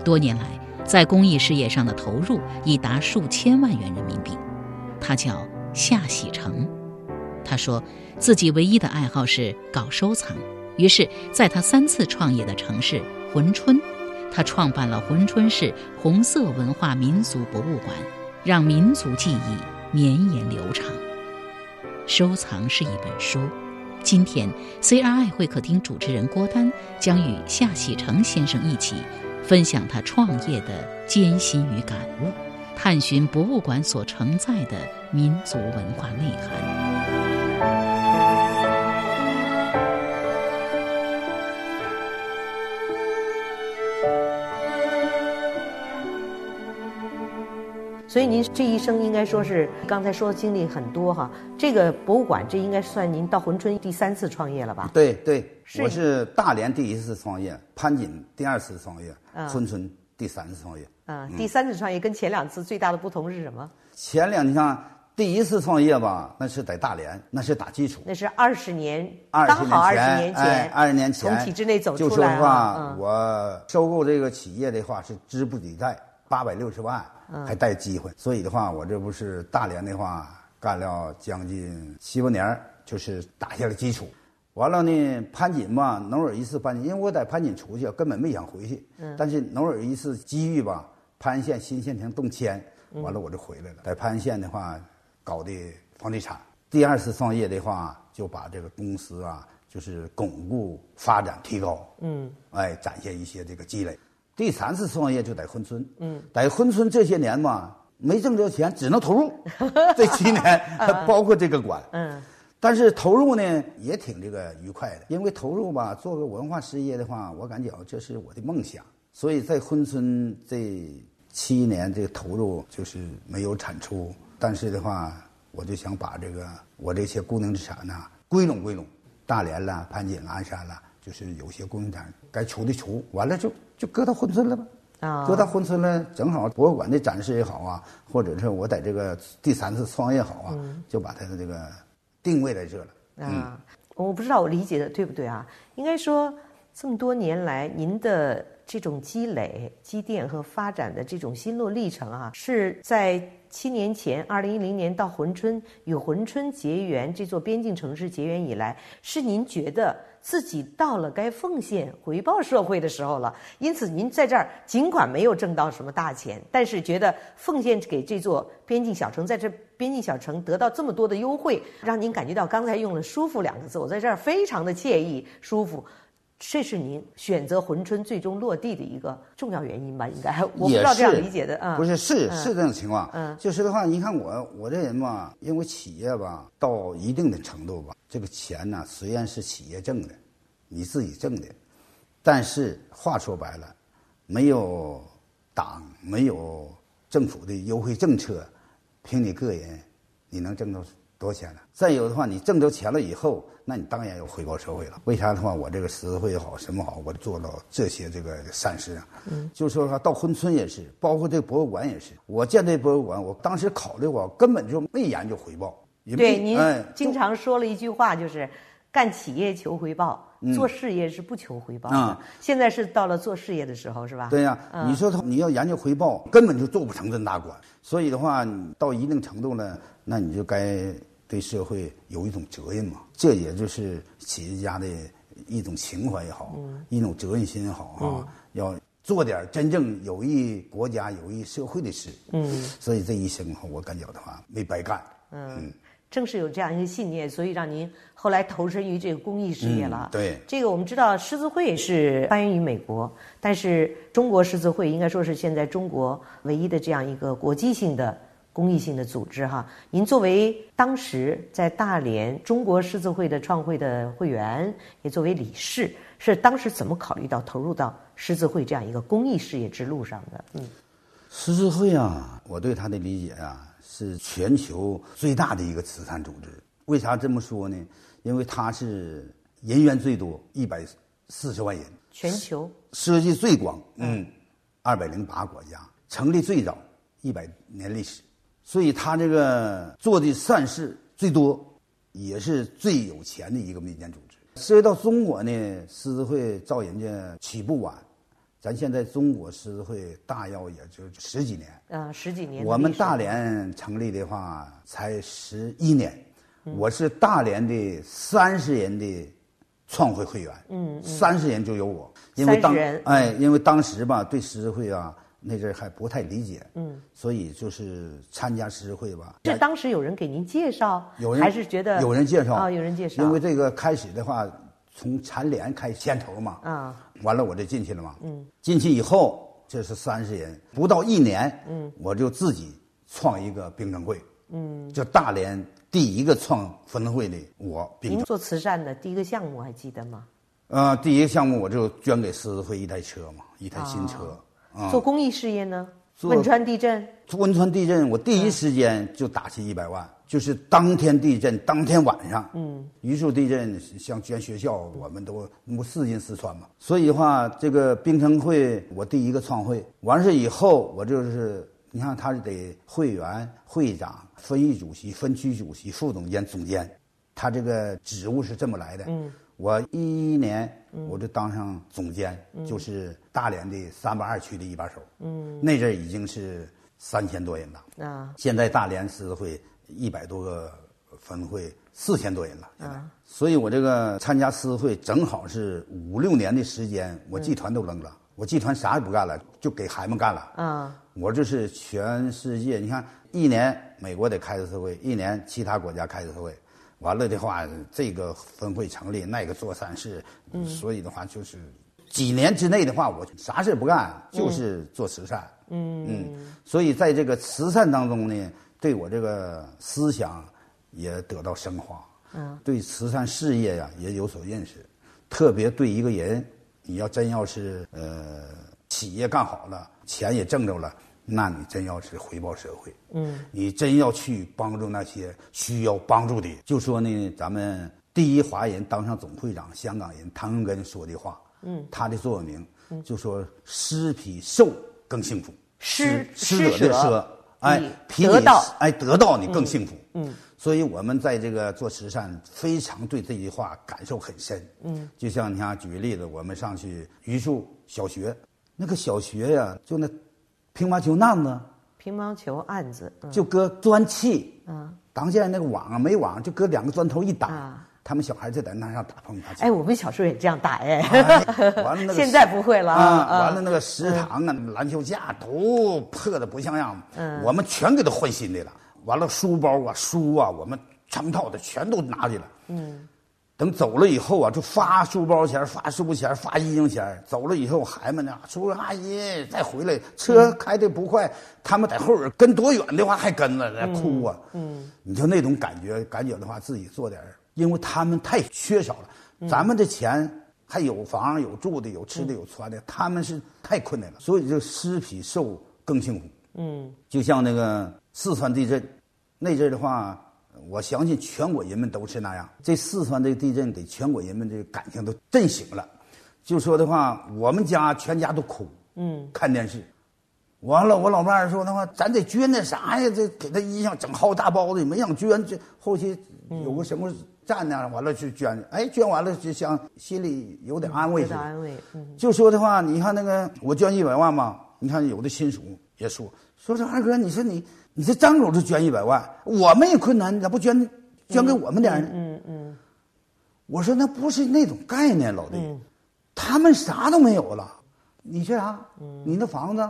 Speaker 4: 多年来，在公益事业上的投入已达数千万元人民币。他叫夏喜成，他说自己唯一的爱好是搞收藏，于是在他三次创业的城市珲春。他创办了珲春市红色文化民俗博物馆，让民族记忆绵延流长。收藏是一本书。今天，CRI 会客厅主持人郭丹将与夏启成先生一起分享他创业的艰辛与感悟，探寻博物馆所承载的民族文化内涵。
Speaker 5: 所以您这一生应该说是刚才说的经历很多哈。这个博物馆，这应该算您到珲春第三次创业了吧？
Speaker 6: 对对，
Speaker 5: 是
Speaker 6: 我是大连第一次创业，潘锦第二次创业，
Speaker 5: 啊
Speaker 6: 珲春第三次创业。
Speaker 5: 嗯，第三次创业跟前两次最大的不同是什么？
Speaker 6: 前两你看第一次创业吧，那是在大连，那是打基础。
Speaker 5: 那是二十年，
Speaker 6: 二
Speaker 5: 刚好二十
Speaker 6: 十
Speaker 5: 年
Speaker 6: 前，哎
Speaker 5: 前，
Speaker 6: 二十年前
Speaker 5: 从体制内走出
Speaker 6: 就说
Speaker 5: 来啊
Speaker 6: 实话，
Speaker 5: 嗯
Speaker 6: 我收购这个企业的话是资不抵债，八百六十万，
Speaker 5: 嗯
Speaker 6: 还带机会，所以的话，我这不是大连的话干了将近七八年儿，就是打下了基础。完了呢，潘锦吧，偶尔一次潘锦，因为我在潘锦出去，根本没想回去。但是偶尔一次机遇吧，潘县新县城动迁，完了我就回来了。在潘县的话，搞的房地产。第二次创业的话，就把这个公司啊，就是巩固、发展、提高。嗯，哎，展现一些这个积累。第三次创业就在珲春。嗯，在珲春这些年嘛，没挣着钱，只能投 入。这七 年，包括这个馆。嗯。但是投入呢也挺这个愉快的，因为投入吧，做个文化事业的话，我感觉这是我的梦想，所以在珲春这七年这个投入就是没有产出，但是的话，我就想把这个我这些固定资产呐、归拢归拢，大连啦、潘锦啦、鞍山啦，就是有些固定资产该除的除，完了就就搁到珲春了呗。
Speaker 5: 啊
Speaker 6: 搁到珲春呢，正好博物馆的展示也好啊，或者是我在这个第三次创业好啊，就把它的这个定位在这了。
Speaker 5: 啊，我不知道我理解的对不对啊？应该说，这么多年来，您的这种积累、积淀和发展的这种心路历程啊，是在七年前，二零一零年到珲春与珲春结缘，这座边境城市结缘以来，是您觉得自己到了该奉献、回报社会的时候了。因此，您在这儿尽管没有挣到什么大钱，但是觉得奉献给这座边境小城，在这边境小城得到这么多的优惠，让您感觉到刚才用了“舒服”两个字，我在这儿非常的惬意、舒服。这是您选择珲春最终落地的一个重要原因吧？应该我不知道这样理解的啊、
Speaker 6: 不是是
Speaker 5: 嗯
Speaker 6: 是这种情况，
Speaker 5: 嗯
Speaker 6: 就是的话，你看我我这人吧，因为企业吧到一定的程度吧，这个钱呢虽然是企业挣的，你自己挣的，但是话说白了，没有党没有政府的优惠政策，凭你个人，你能挣到多少钱呢？再有的话，你挣着钱了以后，那你当然要回报社会了。为啥的话，我这个实惠也好，什么好，我做到这些这个善事啊。嗯，就说哈，到珲春也是，包括这博物馆也是。我建这博物馆，我当时考虑过，根本就没研究回报，也没
Speaker 5: 对，您
Speaker 6: 哎
Speaker 5: 经
Speaker 6: 就
Speaker 5: 常说了一句话，就是干企业求回报，做事业是不求回报的。
Speaker 6: 嗯啊
Speaker 5: 现在是到了做事业的时候，是吧？
Speaker 6: 对呀、你说他你要研究回报，根本就做不成这大官。所以的话，你到一定程度了，那你就该对社会有一种责任嘛。这也就是企业家的一种情怀也好，一种责任心也好啊，要做点真正有益国家、有益社会的事。嗯，所以这一生哈，我感觉的话没白干。
Speaker 5: 嗯，正是有这样一个信念，所以让您后来投身于这个公益事业了。
Speaker 6: 嗯对
Speaker 5: 这个我们知道，狮子会是发源于美国，但是中国狮子会应该说是现在中国唯一的这样一个国际性的公益性的组织哈。您作为当时在大连中国狮子会的创会的会员，也作为理事，是当时怎么考虑到投入到狮子会这样一个公益事业之路上的？嗯，
Speaker 6: 狮子会啊，我对它的理解啊，是全球最大的一个慈善组织。为啥这么说呢？因为它是人员最多，一百四十万人，
Speaker 5: 全球
Speaker 6: 涉及最广，嗯，二百零八国家，成立最早一百年历史，所以它这个做的善事最多，也是最有钱的一个民间组织。涉及到中国呢，狮子会照人家起步晚，咱现在中国狮子会大要也就十几年，
Speaker 5: 呃十几年的历史，
Speaker 6: 我们大连成立的话才十一年，
Speaker 5: 嗯
Speaker 6: 我是大连的三十人的创会会员，嗯，三十人就有我，因为当
Speaker 5: 30人
Speaker 6: 哎，因为当时吧对狮子会啊那阵儿还不太理解，嗯，所以就是参加狮子会吧，
Speaker 5: 是当时有人给您介绍，
Speaker 6: 有人
Speaker 5: 还是觉得
Speaker 6: 有人介绍
Speaker 5: 啊、有人介绍，
Speaker 6: 因为这个开始的话，从蝉联开始牵头嘛，
Speaker 5: 啊，
Speaker 6: 完了我就进去了嘛，嗯，进去以后这是三十人，不到一年，嗯，我就自己创一个冰城会，嗯，就大连第一个创分会的我冰
Speaker 5: 您
Speaker 6: 城，
Speaker 5: 做慈善的第一个项目还记得吗？
Speaker 6: 呃，第一个项目我就捐给狮子会一台车嘛，一台新车，啊
Speaker 5: 做公益事业呢？
Speaker 6: 做
Speaker 5: 汶川地震，
Speaker 6: 汶川地震，我第一时间就打去一百万，就是当天地震当天晚上。嗯，榆树地震像捐学校，我们都我四进四川嘛，所以的话，这个冰城会我第一个创会，完事以后我就是。你看，他是得会员、会长、分会主席、分区主席、副总监、总监，他这个职务是这么来的。嗯，我一一年我就当上总监，就是大连的三八二区的一把手。嗯，那阵儿已经是三千多人了。
Speaker 5: 啊，
Speaker 6: 现在大连狮子会一百多个分会，四千多人了。现在，所以我这个参加狮子会正好是五六年的时间，我集团都扔了，我集团啥也不干了，就给孩们干了。
Speaker 5: 啊，
Speaker 6: 我这是全世界，你看一年美国得开一次会，一年其他国家开一次会，完了的话，这个分会成立，那个做善事，所以的话就是几年之内的话，我啥事不干，就是做慈善。嗯所以在这个慈善当中呢，对我这个思想也得到升华，嗯，对慈善事业呀、也有所认识，特别对一个人，你要真要是呃企业干好了，钱也挣着了，那你真要是回报社会，嗯，你真要去帮助那些需要帮助的。就说呢，咱们第一华人当上总会长，香港人唐荣根说的话，嗯，他的座右铭就说“施比受更幸福”，
Speaker 5: 施
Speaker 6: 施
Speaker 5: 施
Speaker 6: 者的
Speaker 5: 舍
Speaker 6: 奢，哎
Speaker 5: 比，
Speaker 6: 比
Speaker 5: 得
Speaker 6: 你
Speaker 5: 到
Speaker 6: 哎得到你更幸福。嗯，所以我们在这个做慈善，非常对这句话感受很深。嗯，就像你看，举个例子，我们上去榆树小学，那个小学呀、就那乒乓球难子，
Speaker 5: 乒乓球案子，嗯
Speaker 6: 就搁砖砌。啊，当现在那个网啊没网，就搁两个砖头一打
Speaker 5: 啊，
Speaker 6: 他们小孩就在那上打乒乓球。
Speaker 5: 哎，我们小时候也这样打哎，
Speaker 6: 完了那个
Speaker 5: 现在不会了啊
Speaker 6: 啊！
Speaker 5: 啊
Speaker 6: 完了那个食堂啊，篮球架都破的不像样，我们全给他换新的了。完了书包啊、书啊，我们成套的全都拿去了。嗯，等走了以后啊，就发书包钱、发书钱、发衣裳钱。走了以后，孩子们呢，叔叔阿姨再回来，车开的不快，他们在后边跟多远的话还跟了，在哭啊。嗯，你就那种感觉，感觉的话，自己做点儿，因为他们太缺少了。咱们这钱还有房有住的有吃的有穿的，他们是太困难了，所以就施比受更幸福。嗯，就像那个四川地震，那阵儿的话，我相信全国人们都是那样。这四川这地震给全国人们这感情都震醒了，就说的话，我们家全家都哭，嗯，看电视。完了，我老伴儿说的话，咱得捐点啥呀？这给他衣裳整好大包的，没想捐。这后期有个什么站呢、完了去捐，哎，捐完了就想心里有点安慰
Speaker 5: 得
Speaker 6: 似
Speaker 5: 到
Speaker 6: 的。
Speaker 5: 安慰，嗯，
Speaker 6: 就说的话，你看那个我捐一百万嘛，你看有的亲属也说说这二哥，你说你你这张口就捐一百万，我们也困难，你咋不捐捐给我们点儿呢？嗯嗯，我说那不是那种概念，老弟，
Speaker 5: 嗯
Speaker 6: 他们啥都没有了，你缺啥？你那房子，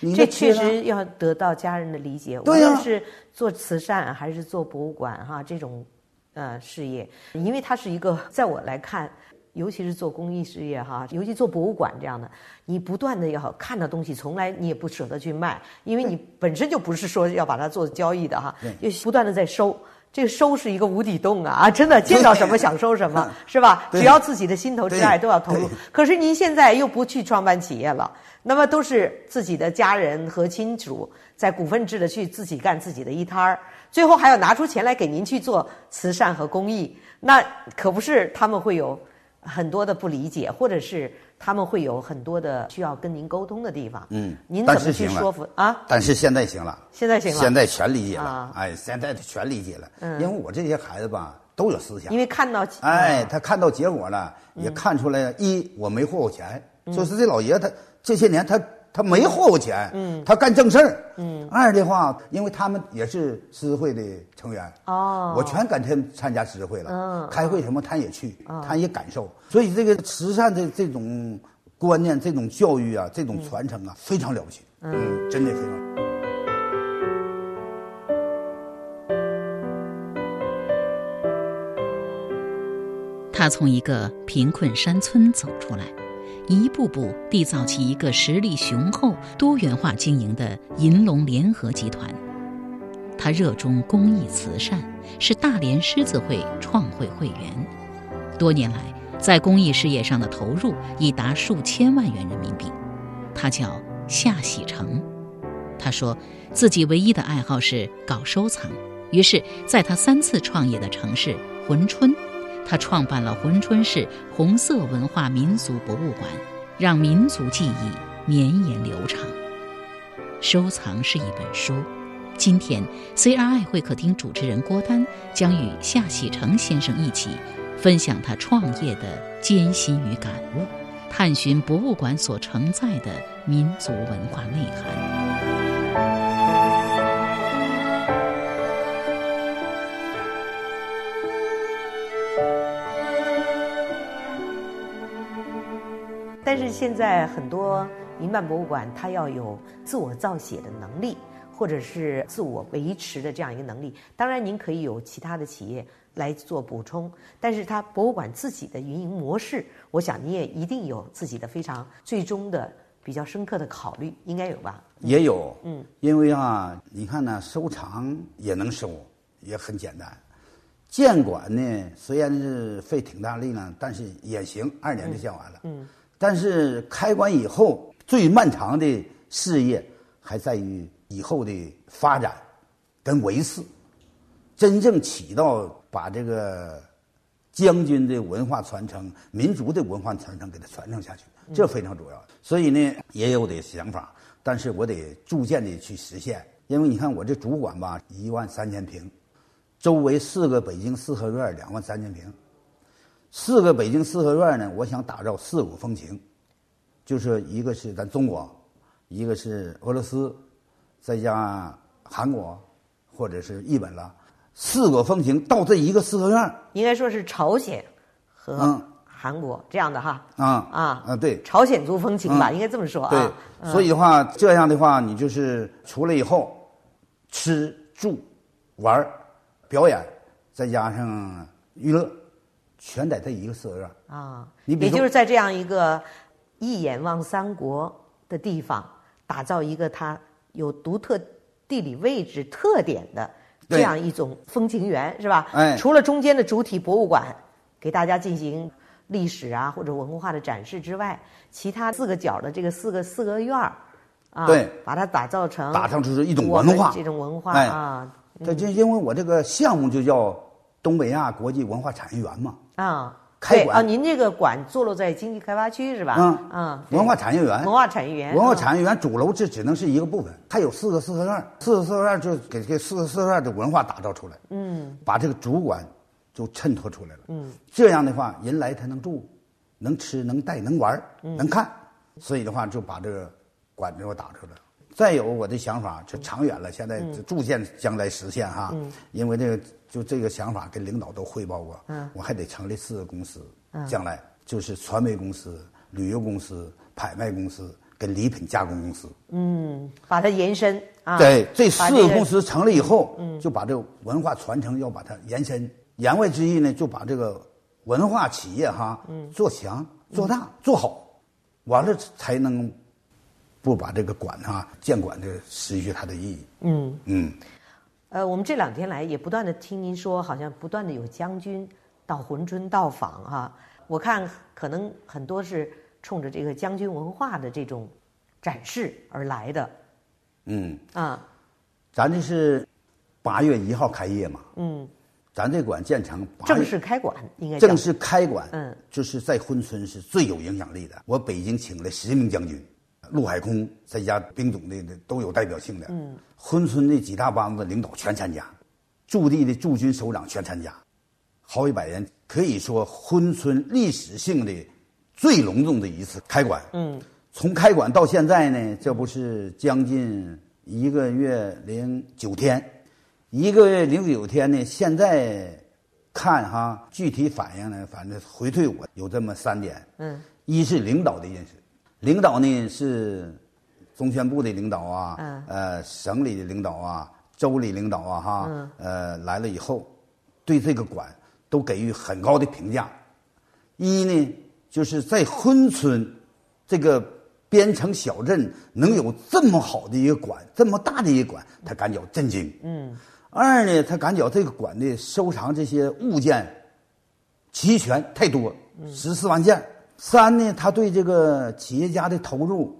Speaker 6: 你
Speaker 5: 嗯
Speaker 6: 那
Speaker 5: 这确
Speaker 6: 吃的
Speaker 5: 实要得到家人的理解。无
Speaker 6: 对呀
Speaker 5: 论是做慈善还是做博物馆哈这种呃事业，因为它是一个，在我来看。尤其是做公益事业哈，尤其做博物馆这样的，你不断的要看到东西，从来你也不舍得去卖，因为你本身就不是说要把它做交易的哈，就不断的在收。这收拾一个无底洞啊！啊，真的见到什么想收什么， 是吧？
Speaker 6: 对
Speaker 5: 只要自己的心头之爱
Speaker 6: 对
Speaker 5: 都要投入
Speaker 6: 对。
Speaker 5: 可是您现在又不去创办企业了，那么都是自己的家人和亲属在股份制的去自己干自己的一摊儿，最后还要拿出钱来给您去做慈善和公益，那可不是他们会有很多的不理解，或者是他们会有很多的需要跟您沟通的地方。
Speaker 6: 嗯
Speaker 5: 您
Speaker 6: 但
Speaker 5: 怎么
Speaker 6: 是
Speaker 5: 去
Speaker 6: 行了
Speaker 5: 说服啊？
Speaker 6: 但是现在行了，
Speaker 5: 现在行了
Speaker 6: 现在全理解了，
Speaker 5: 啊嗯
Speaker 6: 哎，现在全理解了，因为我这些孩子吧都有思想
Speaker 5: 因，为看到嗯
Speaker 6: 哎，他看到结果了，也看出来，一我没霍霍钱，就是这老爷他这些年他他没霍霍钱，他干正事儿，二的话，因为他们也是知会的成员，
Speaker 5: 哦
Speaker 6: 我全赶他参加知会了，开会什么他也去，他也感受，所以这个慈善的这种观念、这种教育啊、这种传承啊，非常了不起，嗯，真的非常。
Speaker 4: 他从一个贫困山村走出来，一步步缔造起一个实力雄厚、多元化经营的银龙联合集团。他热衷公益慈善，是大连狮子会创会会员。多年来，在公益事业上的投入已达数千万元人民币。他叫夏喜成。他说自己唯一的爱好是搞收藏，于是在他三次创业的城市珲春，他创办了珲春市红色文化民俗博物馆，让民族记忆绵延流长。收藏是一本书。今天，CRI 会客厅主持人郭丹将与夏喜成先生一起分享他创业的艰辛与感悟，探寻博物馆所承载的民族文化内涵。
Speaker 5: 但是现在很多民办博物馆，它要有自我造血的能力，或者是自我维持的这样一个能力。当然，您可以有其他的企业来做补充，但是它博物馆自己的运营模式，我想你也一定有自己的非常最终的比较深刻的考虑，应该有吧？
Speaker 6: 也有，嗯，因为啊，你看呢、收藏也能收，也很简单。建馆呢，虽然是费挺大力呢，但是也行，二年就建完了。嗯，但是开馆以后，最漫长的事业还在于以后的发展跟维持，真正起到把这个将军的文化传承、民族的文化传承给它传承下去，这非常重要。所以呢，也有的想法，但是我得逐渐的去实现。因为你看我这主管吧，一万三千平，周围四个北京四合院两万三千平，四个北京四合院呢，我想打造四股风情，就是一个是咱中国，一个是俄罗斯，再加韩国或者是日本了，四国风情到这一个四合院儿
Speaker 5: 应该说是朝鲜和
Speaker 6: 嗯
Speaker 5: 韩国这样的哈。
Speaker 6: 啊
Speaker 5: 啊
Speaker 6: 啊对，
Speaker 5: 朝鲜族风情吧，
Speaker 6: 嗯
Speaker 5: 应该这么说
Speaker 6: 对
Speaker 5: 啊。，
Speaker 6: 所以的话，这样的话，你就是出来以后，吃住玩儿表演，再加上娱乐，全在这一个四合院儿。
Speaker 5: 啊，
Speaker 6: 你比
Speaker 5: 也
Speaker 6: 如说
Speaker 5: 就是在这样一个一眼望三国的地方，打造一个它有独特地理位置特点的这
Speaker 6: 对
Speaker 5: 样一种风情园，是吧？
Speaker 6: 哎
Speaker 5: 除了中间的主体博物馆给大家进行历史啊或者文化的展示之外，其他四个角的这个四个四个院儿啊，
Speaker 6: 对
Speaker 5: 把它打造成
Speaker 6: 打造出是一种
Speaker 5: 我
Speaker 6: 文
Speaker 5: 们
Speaker 6: 化
Speaker 5: 这种文化
Speaker 6: 哎
Speaker 5: 啊
Speaker 6: 这就因为我这个项目就叫东北亚国际文化产业园嘛，
Speaker 5: 啊。
Speaker 6: 开
Speaker 5: 对
Speaker 6: 馆
Speaker 5: 啊，您这个馆坐落在经济开发区是吧？
Speaker 6: 嗯
Speaker 5: 啊，对
Speaker 6: 文化产业园，
Speaker 5: 文化产业园，
Speaker 6: 文化
Speaker 5: 嗯
Speaker 6: 产业园主楼这只能是一个部分，它有四个四合院儿，四个四合院儿就给这四个四合院儿的文化打造出来，嗯，把这个主管就衬托出来了，嗯，这样的话，人来他能住，能吃能带能玩儿、能看，所以的话就把这个馆子我打出来了。再有我的想法就长远了，现在就逐渐将来实现哈，因为这个就这个想法跟领导都汇报过，我还得成立四个公司，将来就是传媒公司、旅游公司、拍卖公司跟礼品加工公司，
Speaker 5: 把它延伸啊。
Speaker 6: 对，这四
Speaker 5: 把
Speaker 6: 个
Speaker 5: 个
Speaker 6: 公司成立以后，就把这个嗯文化传承要把它延伸。言外之意呢，就把这个文化企业哈，做强、做大、做好，完了才能不把这个馆哈建馆的失去它的意义。
Speaker 5: 嗯，
Speaker 6: 嗯，
Speaker 5: 呃，我们这两天来也不断的听您说，好像不断的有将军到珲春到访哈、我看可能很多是冲着这个将军文化的这种展示而来的
Speaker 6: 嗯，
Speaker 5: 啊，
Speaker 6: 咱这是八月一号开业嘛，
Speaker 5: 嗯，
Speaker 6: 咱这馆建成八月
Speaker 5: 正式开馆应该叫
Speaker 6: 正式开馆，
Speaker 5: 嗯，
Speaker 6: 就是在珲春是最有影响力的。我北京请了十名将军，陆海空再加兵种的的都有代表性的，嗯，珲春的几大帮子领导全参加，驻地的驻军首长全参加，好几百人，可以说珲春历史性的最隆重的一次开馆，嗯，从开馆到现在呢，这不是将近一个月零九天，一个月零九天呢，现在看哈，具体反映呢，反正回退我有这么三点。
Speaker 5: 嗯，
Speaker 6: 一是领导的认识，领导呢是中宣部的领导啊，
Speaker 5: 嗯
Speaker 6: 呃，省里的领导啊，州里领导啊，哈，
Speaker 5: 嗯
Speaker 6: 呃，来了以后，对这个馆都给予很高的评价。一呢，就是在珲春这个边城小镇能有这么好的一个馆，这么大的一个馆，他感觉震惊。嗯。二呢，他感觉这个馆的收藏这些物件齐全太多，十四万件。三呢，他对这个企业家的投入，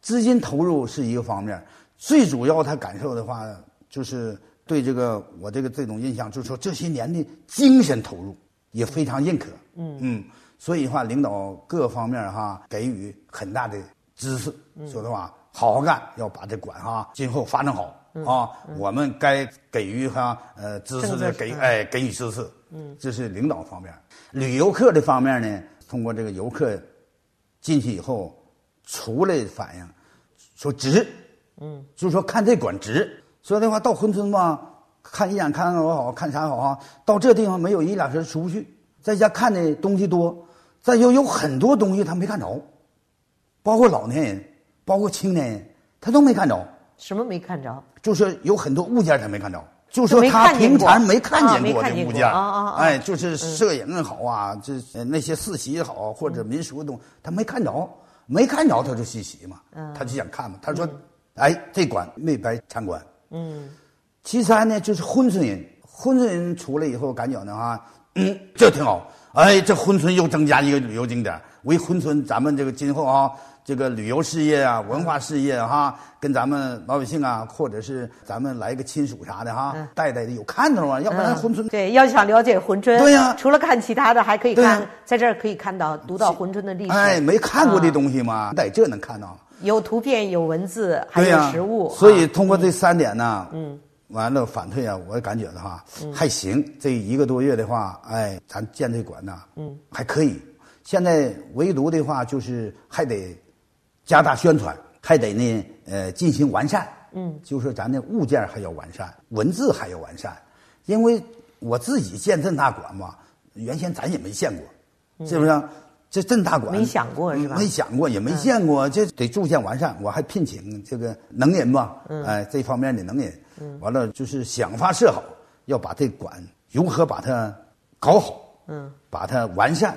Speaker 6: 资金投入是一个方面，最主要他感受的话就是对这个我这个这种印象，就是说这些年的精神投入也非常认可。嗯所以的话，领导各方面哈给予很大的支持。说实话，好好干，要把这管哈今后发展好。啊，我们该给予哈呃支持
Speaker 5: 政策
Speaker 6: 的
Speaker 5: 是
Speaker 6: 给
Speaker 5: 嗯
Speaker 6: 哎给予支持，嗯，这是领导方面。旅游客这方面呢，通过这个游客进去以后出来反映，说值，嗯，就是说看这馆值。说的话到珲春吧，看一眼看看我好，看啥好啊？到这地方没有一两时出不去，在家看的东西多，再就有很多东西他没看着，包括老年人，包括青年人，他都没看着，
Speaker 5: 什么没看着？
Speaker 6: 就是有很多物件他没看着。就说
Speaker 5: 没
Speaker 6: 他
Speaker 5: 看见
Speaker 6: 平
Speaker 5: 过
Speaker 6: 常没看
Speaker 5: 啊
Speaker 6: 见
Speaker 5: 没
Speaker 6: 过
Speaker 5: 看
Speaker 6: 这
Speaker 5: 见
Speaker 6: 物
Speaker 5: 过
Speaker 6: 件
Speaker 5: 啊啊啊，
Speaker 6: 哎，就是摄影也好啊，这呃那些世袭也好，啊或
Speaker 5: 嗯
Speaker 6: 者民俗的东西，他没看着，没看着他就稀奇嘛，
Speaker 5: 嗯
Speaker 6: 他就想看嘛。他说，哎，这馆没白参观。
Speaker 5: 嗯，
Speaker 6: 其三呢，就是珲春人，珲春人出来以后感觉呢哈， 嗯，这挺好。哎，这珲春又增加一个旅游景点，为珲春咱们这个今后啊，这个旅游事业啊、文化事业啊哈、跟咱们老百姓啊，或者是咱们来个亲属啥的哈、带带的有看头啊，要不然珲春、
Speaker 5: 对，要想了解珲春，
Speaker 6: 对呀
Speaker 5: 除了看其他的，还可以
Speaker 6: 对呀
Speaker 5: 看，在这儿可以看到读到珲春的历史，
Speaker 6: 哎没看过的
Speaker 5: 啊
Speaker 6: 东西嘛，在这能看到。
Speaker 5: 有图片，有文字，还
Speaker 6: 对
Speaker 5: 有
Speaker 6: 呀，
Speaker 5: 实物，
Speaker 6: 所
Speaker 5: 啊
Speaker 6: 以通过这三点呢，嗯，完了反馈啊，我感觉的话、还行。这一个多月的话，哎，咱建这馆呢，嗯，还可以。现在唯独的话就是还得加大宣传，还得呢呃进行完善。嗯，就说咱的物件还要完善，文字还要完善，因为我自己建这大馆嘛，原先咱也没见过，是不是啊？这这大馆
Speaker 5: 嗯
Speaker 6: 嗯
Speaker 5: 没想过是吧嗯
Speaker 6: 没想过，也没见过，这得逐渐完善。我还聘请这个能人吧，哎，这方面的能人。
Speaker 5: 嗯
Speaker 6: 完了就是想法设好，要把这馆如何把它搞好，嗯，把它完善，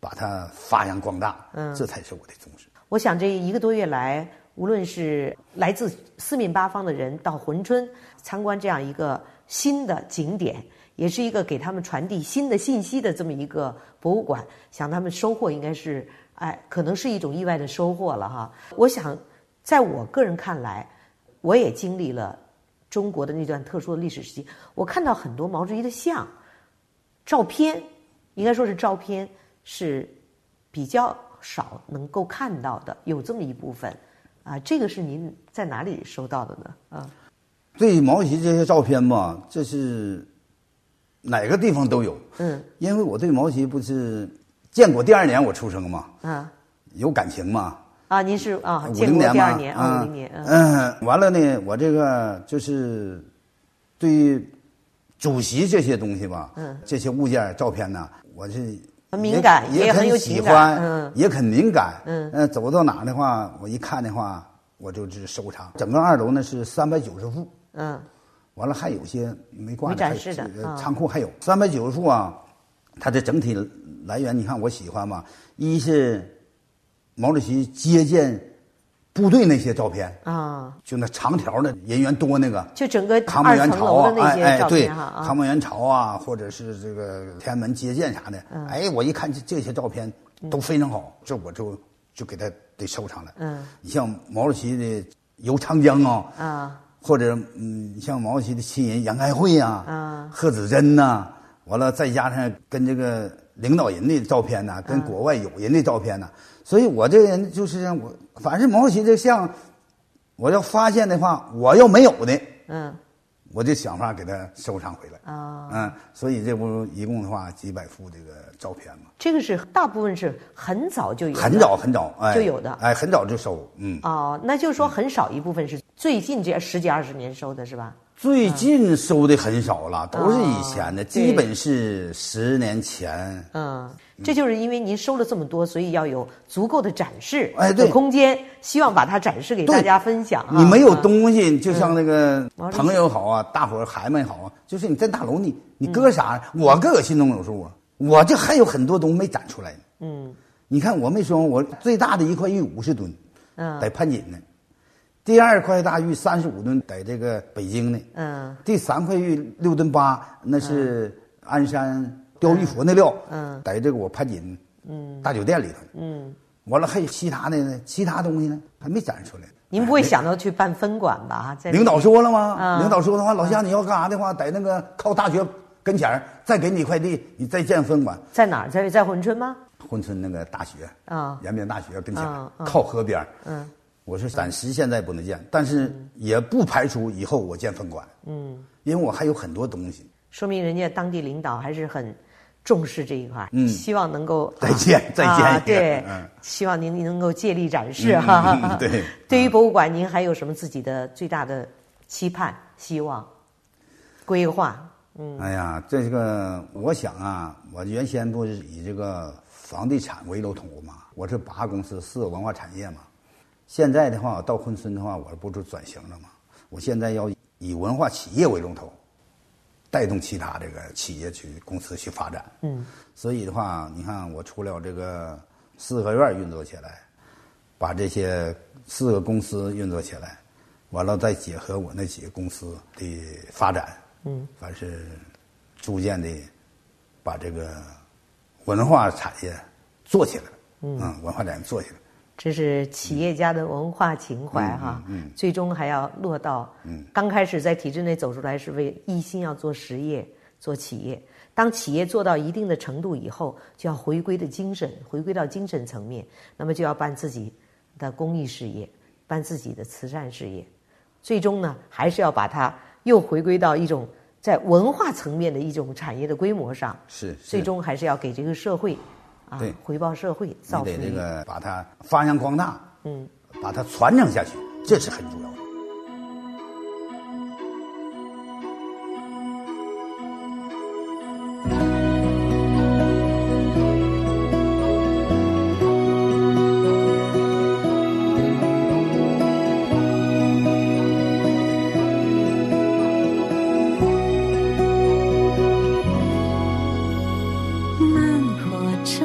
Speaker 6: 把它发扬光大，嗯，这才是我的宗旨。
Speaker 5: 我想这一个多月来，无论是来自四面八方的人到珲春参观这样一个新的景点，也是一个给他们传递新的信息的这么一个博物馆，想他们收获应该是，哎，可能是一种意外的收获了哈。我想，在我个人看来，我也经历了中国的那段特殊的历史时期，我看到很多毛主席的像。照片，应该说是照片是比较少能够看到的，有这么一部分啊。这个是您在哪里收到的呢？啊，
Speaker 6: 对毛主席这些照片吧，这是哪个地方都有，
Speaker 5: 嗯
Speaker 6: 因为我对毛主席不是建国第二年我出生嘛，
Speaker 5: 啊
Speaker 6: 有感情嘛，
Speaker 5: 啊，您是啊，
Speaker 6: 五
Speaker 5: 建
Speaker 6: 零
Speaker 5: 国
Speaker 6: 年
Speaker 5: 第二
Speaker 6: 嘛，
Speaker 5: 年啊，
Speaker 6: 嗯
Speaker 5: 五零年，嗯
Speaker 6: 嗯，完了呢，我这个就是对于主席这些东西吧，嗯，这些物件、照片呢，我是
Speaker 5: 很嗯敏感
Speaker 6: 也
Speaker 5: 也很有
Speaker 6: 喜
Speaker 5: 情
Speaker 6: 欢
Speaker 5: 感，嗯
Speaker 6: 也很敏感，
Speaker 5: 嗯
Speaker 6: 呃，走到哪儿的话，我一看的话，我就是收藏。整个二楼呢是三百九十幅，
Speaker 5: 嗯
Speaker 6: 完了还有些没挂
Speaker 5: 没
Speaker 6: 的
Speaker 5: 展
Speaker 6: 还有
Speaker 5: 示的
Speaker 6: 呃
Speaker 5: 啊
Speaker 6: 仓库还有三百九十幅啊，它的整体来源你看我喜欢嘛，一是毛主席接见部队那些照片，
Speaker 5: 啊，
Speaker 6: 就那长条的人员多那个，
Speaker 5: 就整个
Speaker 6: 抗美
Speaker 5: 二
Speaker 6: 援
Speaker 5: 层
Speaker 6: 朝
Speaker 5: 楼的
Speaker 6: 啊，
Speaker 5: 那些
Speaker 6: 哎
Speaker 5: 照
Speaker 6: 哎，对，
Speaker 5: 片哈
Speaker 6: 抗
Speaker 5: 啊，
Speaker 6: 美援朝啊，或者是这个天安门接见啥的，
Speaker 5: 嗯
Speaker 6: 哎，我一看这这些照片都非常好，这我就就给他得收藏了。
Speaker 5: 嗯，
Speaker 6: 你像毛主席的游长江啊，
Speaker 5: 啊，
Speaker 6: 或者嗯，像毛主席的亲人杨开慧呀、
Speaker 5: 啊
Speaker 6: 贺子珍呐、完了再加上跟这个领导人的照片呐、
Speaker 5: 嗯
Speaker 6: 跟国外友人的照片呐、所以我这个人就是让我，凡是毛主席这像，我要发现的话，我要没有的，
Speaker 5: 嗯
Speaker 6: 我就想法给他收藏回来。
Speaker 5: 啊，
Speaker 6: 嗯，所以这不一共的话几百幅这个照片嘛，
Speaker 5: 这个是大部分是很早就有的，
Speaker 6: 很早很早，哎，
Speaker 5: 就有的
Speaker 6: 哎，很早就收，嗯，
Speaker 5: 哦，那就是说很少一部分是最近这十几二十年收的是吧？
Speaker 6: 最近收的很少了，都是以前的，
Speaker 5: 哦
Speaker 6: 基本是十年前。
Speaker 5: 嗯，这就是因为您收了这么多，所以要有足够的展示
Speaker 6: 哎
Speaker 5: 的
Speaker 6: 对
Speaker 5: 空间，希望把它展示给
Speaker 6: 对
Speaker 5: 大家分享啊。
Speaker 6: 你没有
Speaker 5: 啊嗯
Speaker 6: 东西，就像那个
Speaker 5: 毛主席
Speaker 6: 朋友好啊，大伙儿孩子们好啊，就是你在大楼你你
Speaker 5: 嗯
Speaker 6: 搁啥？我各有心中有数啊，我这还有很多东西没展出来呢。
Speaker 5: 嗯
Speaker 6: 你看我没说，我最大的一块玉五十吨，在
Speaker 5: 嗯
Speaker 6: 潘锦呢；第二块大玉三十五吨，在这个北京呢；
Speaker 5: 嗯
Speaker 6: 第三块玉六吨八，那是鞍山雕玉佛那料，
Speaker 5: 嗯嗯
Speaker 6: 在这个我潘锦大酒店里头。
Speaker 5: 嗯，
Speaker 6: 完了还有其他的呢，其他东西呢还没展出来。
Speaker 5: 您不会想到去办分馆吧？在
Speaker 6: 哎领导说了吗？
Speaker 5: 啊
Speaker 6: 领导说的话，老乡你要干啥的话，在那个靠大学跟前儿再给你一块地，你再建分馆。
Speaker 5: 在哪儿？在在珲春吗？
Speaker 6: 珲春那个大学
Speaker 5: 啊
Speaker 6: 延边大学跟前儿
Speaker 5: 啊啊
Speaker 6: 靠河边儿
Speaker 5: 嗯
Speaker 6: 我说暂时现在不能建，但是也不排除以后我建分馆，
Speaker 5: 嗯，
Speaker 6: 因为我还有很多东西
Speaker 5: 说明人家当地领导还是很重视这一块儿，
Speaker 6: 嗯
Speaker 5: 希望能够
Speaker 6: 再见再见
Speaker 5: 啊，对，
Speaker 6: 嗯
Speaker 5: 希望您能够借力展示哈、
Speaker 6: 嗯嗯对
Speaker 5: 于博物馆，您还有什么自己的最大的期盼、希望、规划？
Speaker 6: 哎呀，这个我想啊，我原先不是以这个房地产为楼头嘛，我是八公司四个文化产业嘛。现在的话，我到珲春的话，我不就转型了吗？我现在要以文化企业为龙头，带动其他这个企业去公司去发展。
Speaker 5: 嗯，
Speaker 6: 所以的话，你看我除了这个四合院运作起来，把这些四个公司运作起来，完了再结合我那几个公司的发展，嗯，凡是逐渐的把这个文化产业做起来，嗯，文化产业做起来，
Speaker 5: 这是企业家的文化情
Speaker 6: 嗯
Speaker 5: 怀哈，最终还要落到，刚开始在体制内走出来是为一心要做实业、做企业。当企业做到一定的程度以后，就要回归的精神，回归到精神层面，那么就要办自己的公益事业，办自己的慈善事业，最终呢，还是要把它又回归到一种在文化层面的一种产业的规模上，
Speaker 6: 是是
Speaker 5: 最终还是要给这个社会啊
Speaker 6: 对
Speaker 5: 回报社会，造
Speaker 6: 你
Speaker 5: 福
Speaker 6: 得
Speaker 5: 人。
Speaker 6: 这个把它发扬光大，
Speaker 5: 嗯，
Speaker 6: 把它传承下去，这是很重要的。
Speaker 7: 慢火车，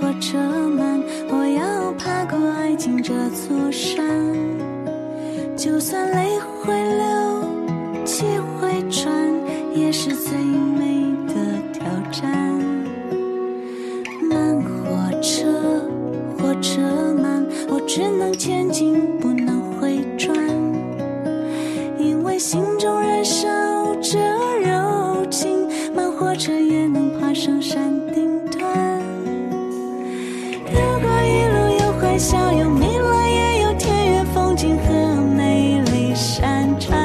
Speaker 7: 火车慢，我要爬过爱情这座山。就算泪会流，气会喘，也是最美的挑战。慢火车，火车慢，我只能前进，不能回转。因为心中燃烧着柔情，慢火车也能爬上山顶端。如果一路有欢笑，有迷乱，也有田园风景和美丽山川，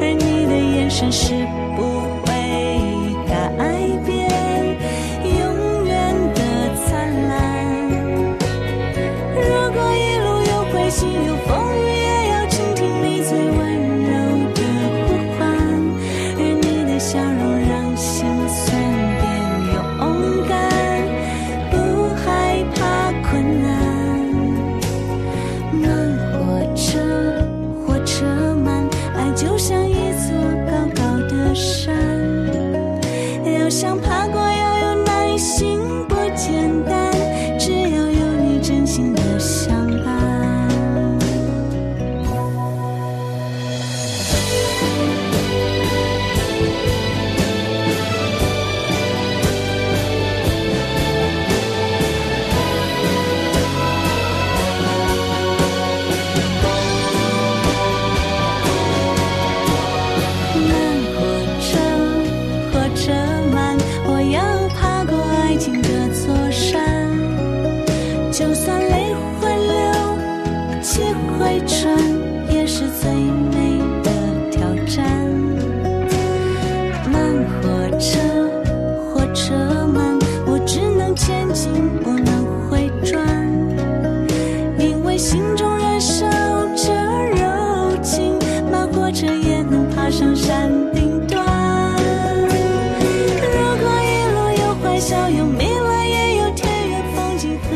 Speaker 7: 而你的眼神是不会改变，永远的灿烂。如果一路有灰心有风雨，也要倾听你最温柔的呼唤，而你的笑容让心酸变勇敢，不害怕困难。慢火车，火车慢，爱就像一座高高的山。要想爬过，要有耐心，不简单。只要有你真心的相伴。着慢，我要爬过爱情的座山，就算泪会流，气会喘，也是最美的挑战。慢火车，火车慢，我只能前进，不能回转。因为心中燃烧着柔情，慢火车也能爬上山顶端。如果一路有欢笑，有迷乱，也有田园风景和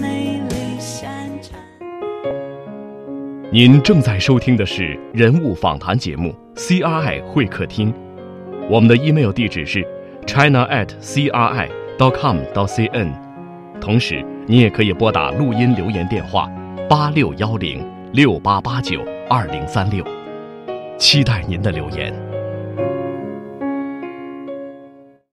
Speaker 7: 美丽山川。
Speaker 3: 您正在收听的是《人物访谈》节目 CRI 会客厅，我们的 email 地址是 china at cri dot com dot cn，同时你也可以拨打录音留言电话八六幺零六八八九二零三六，期待您的留言。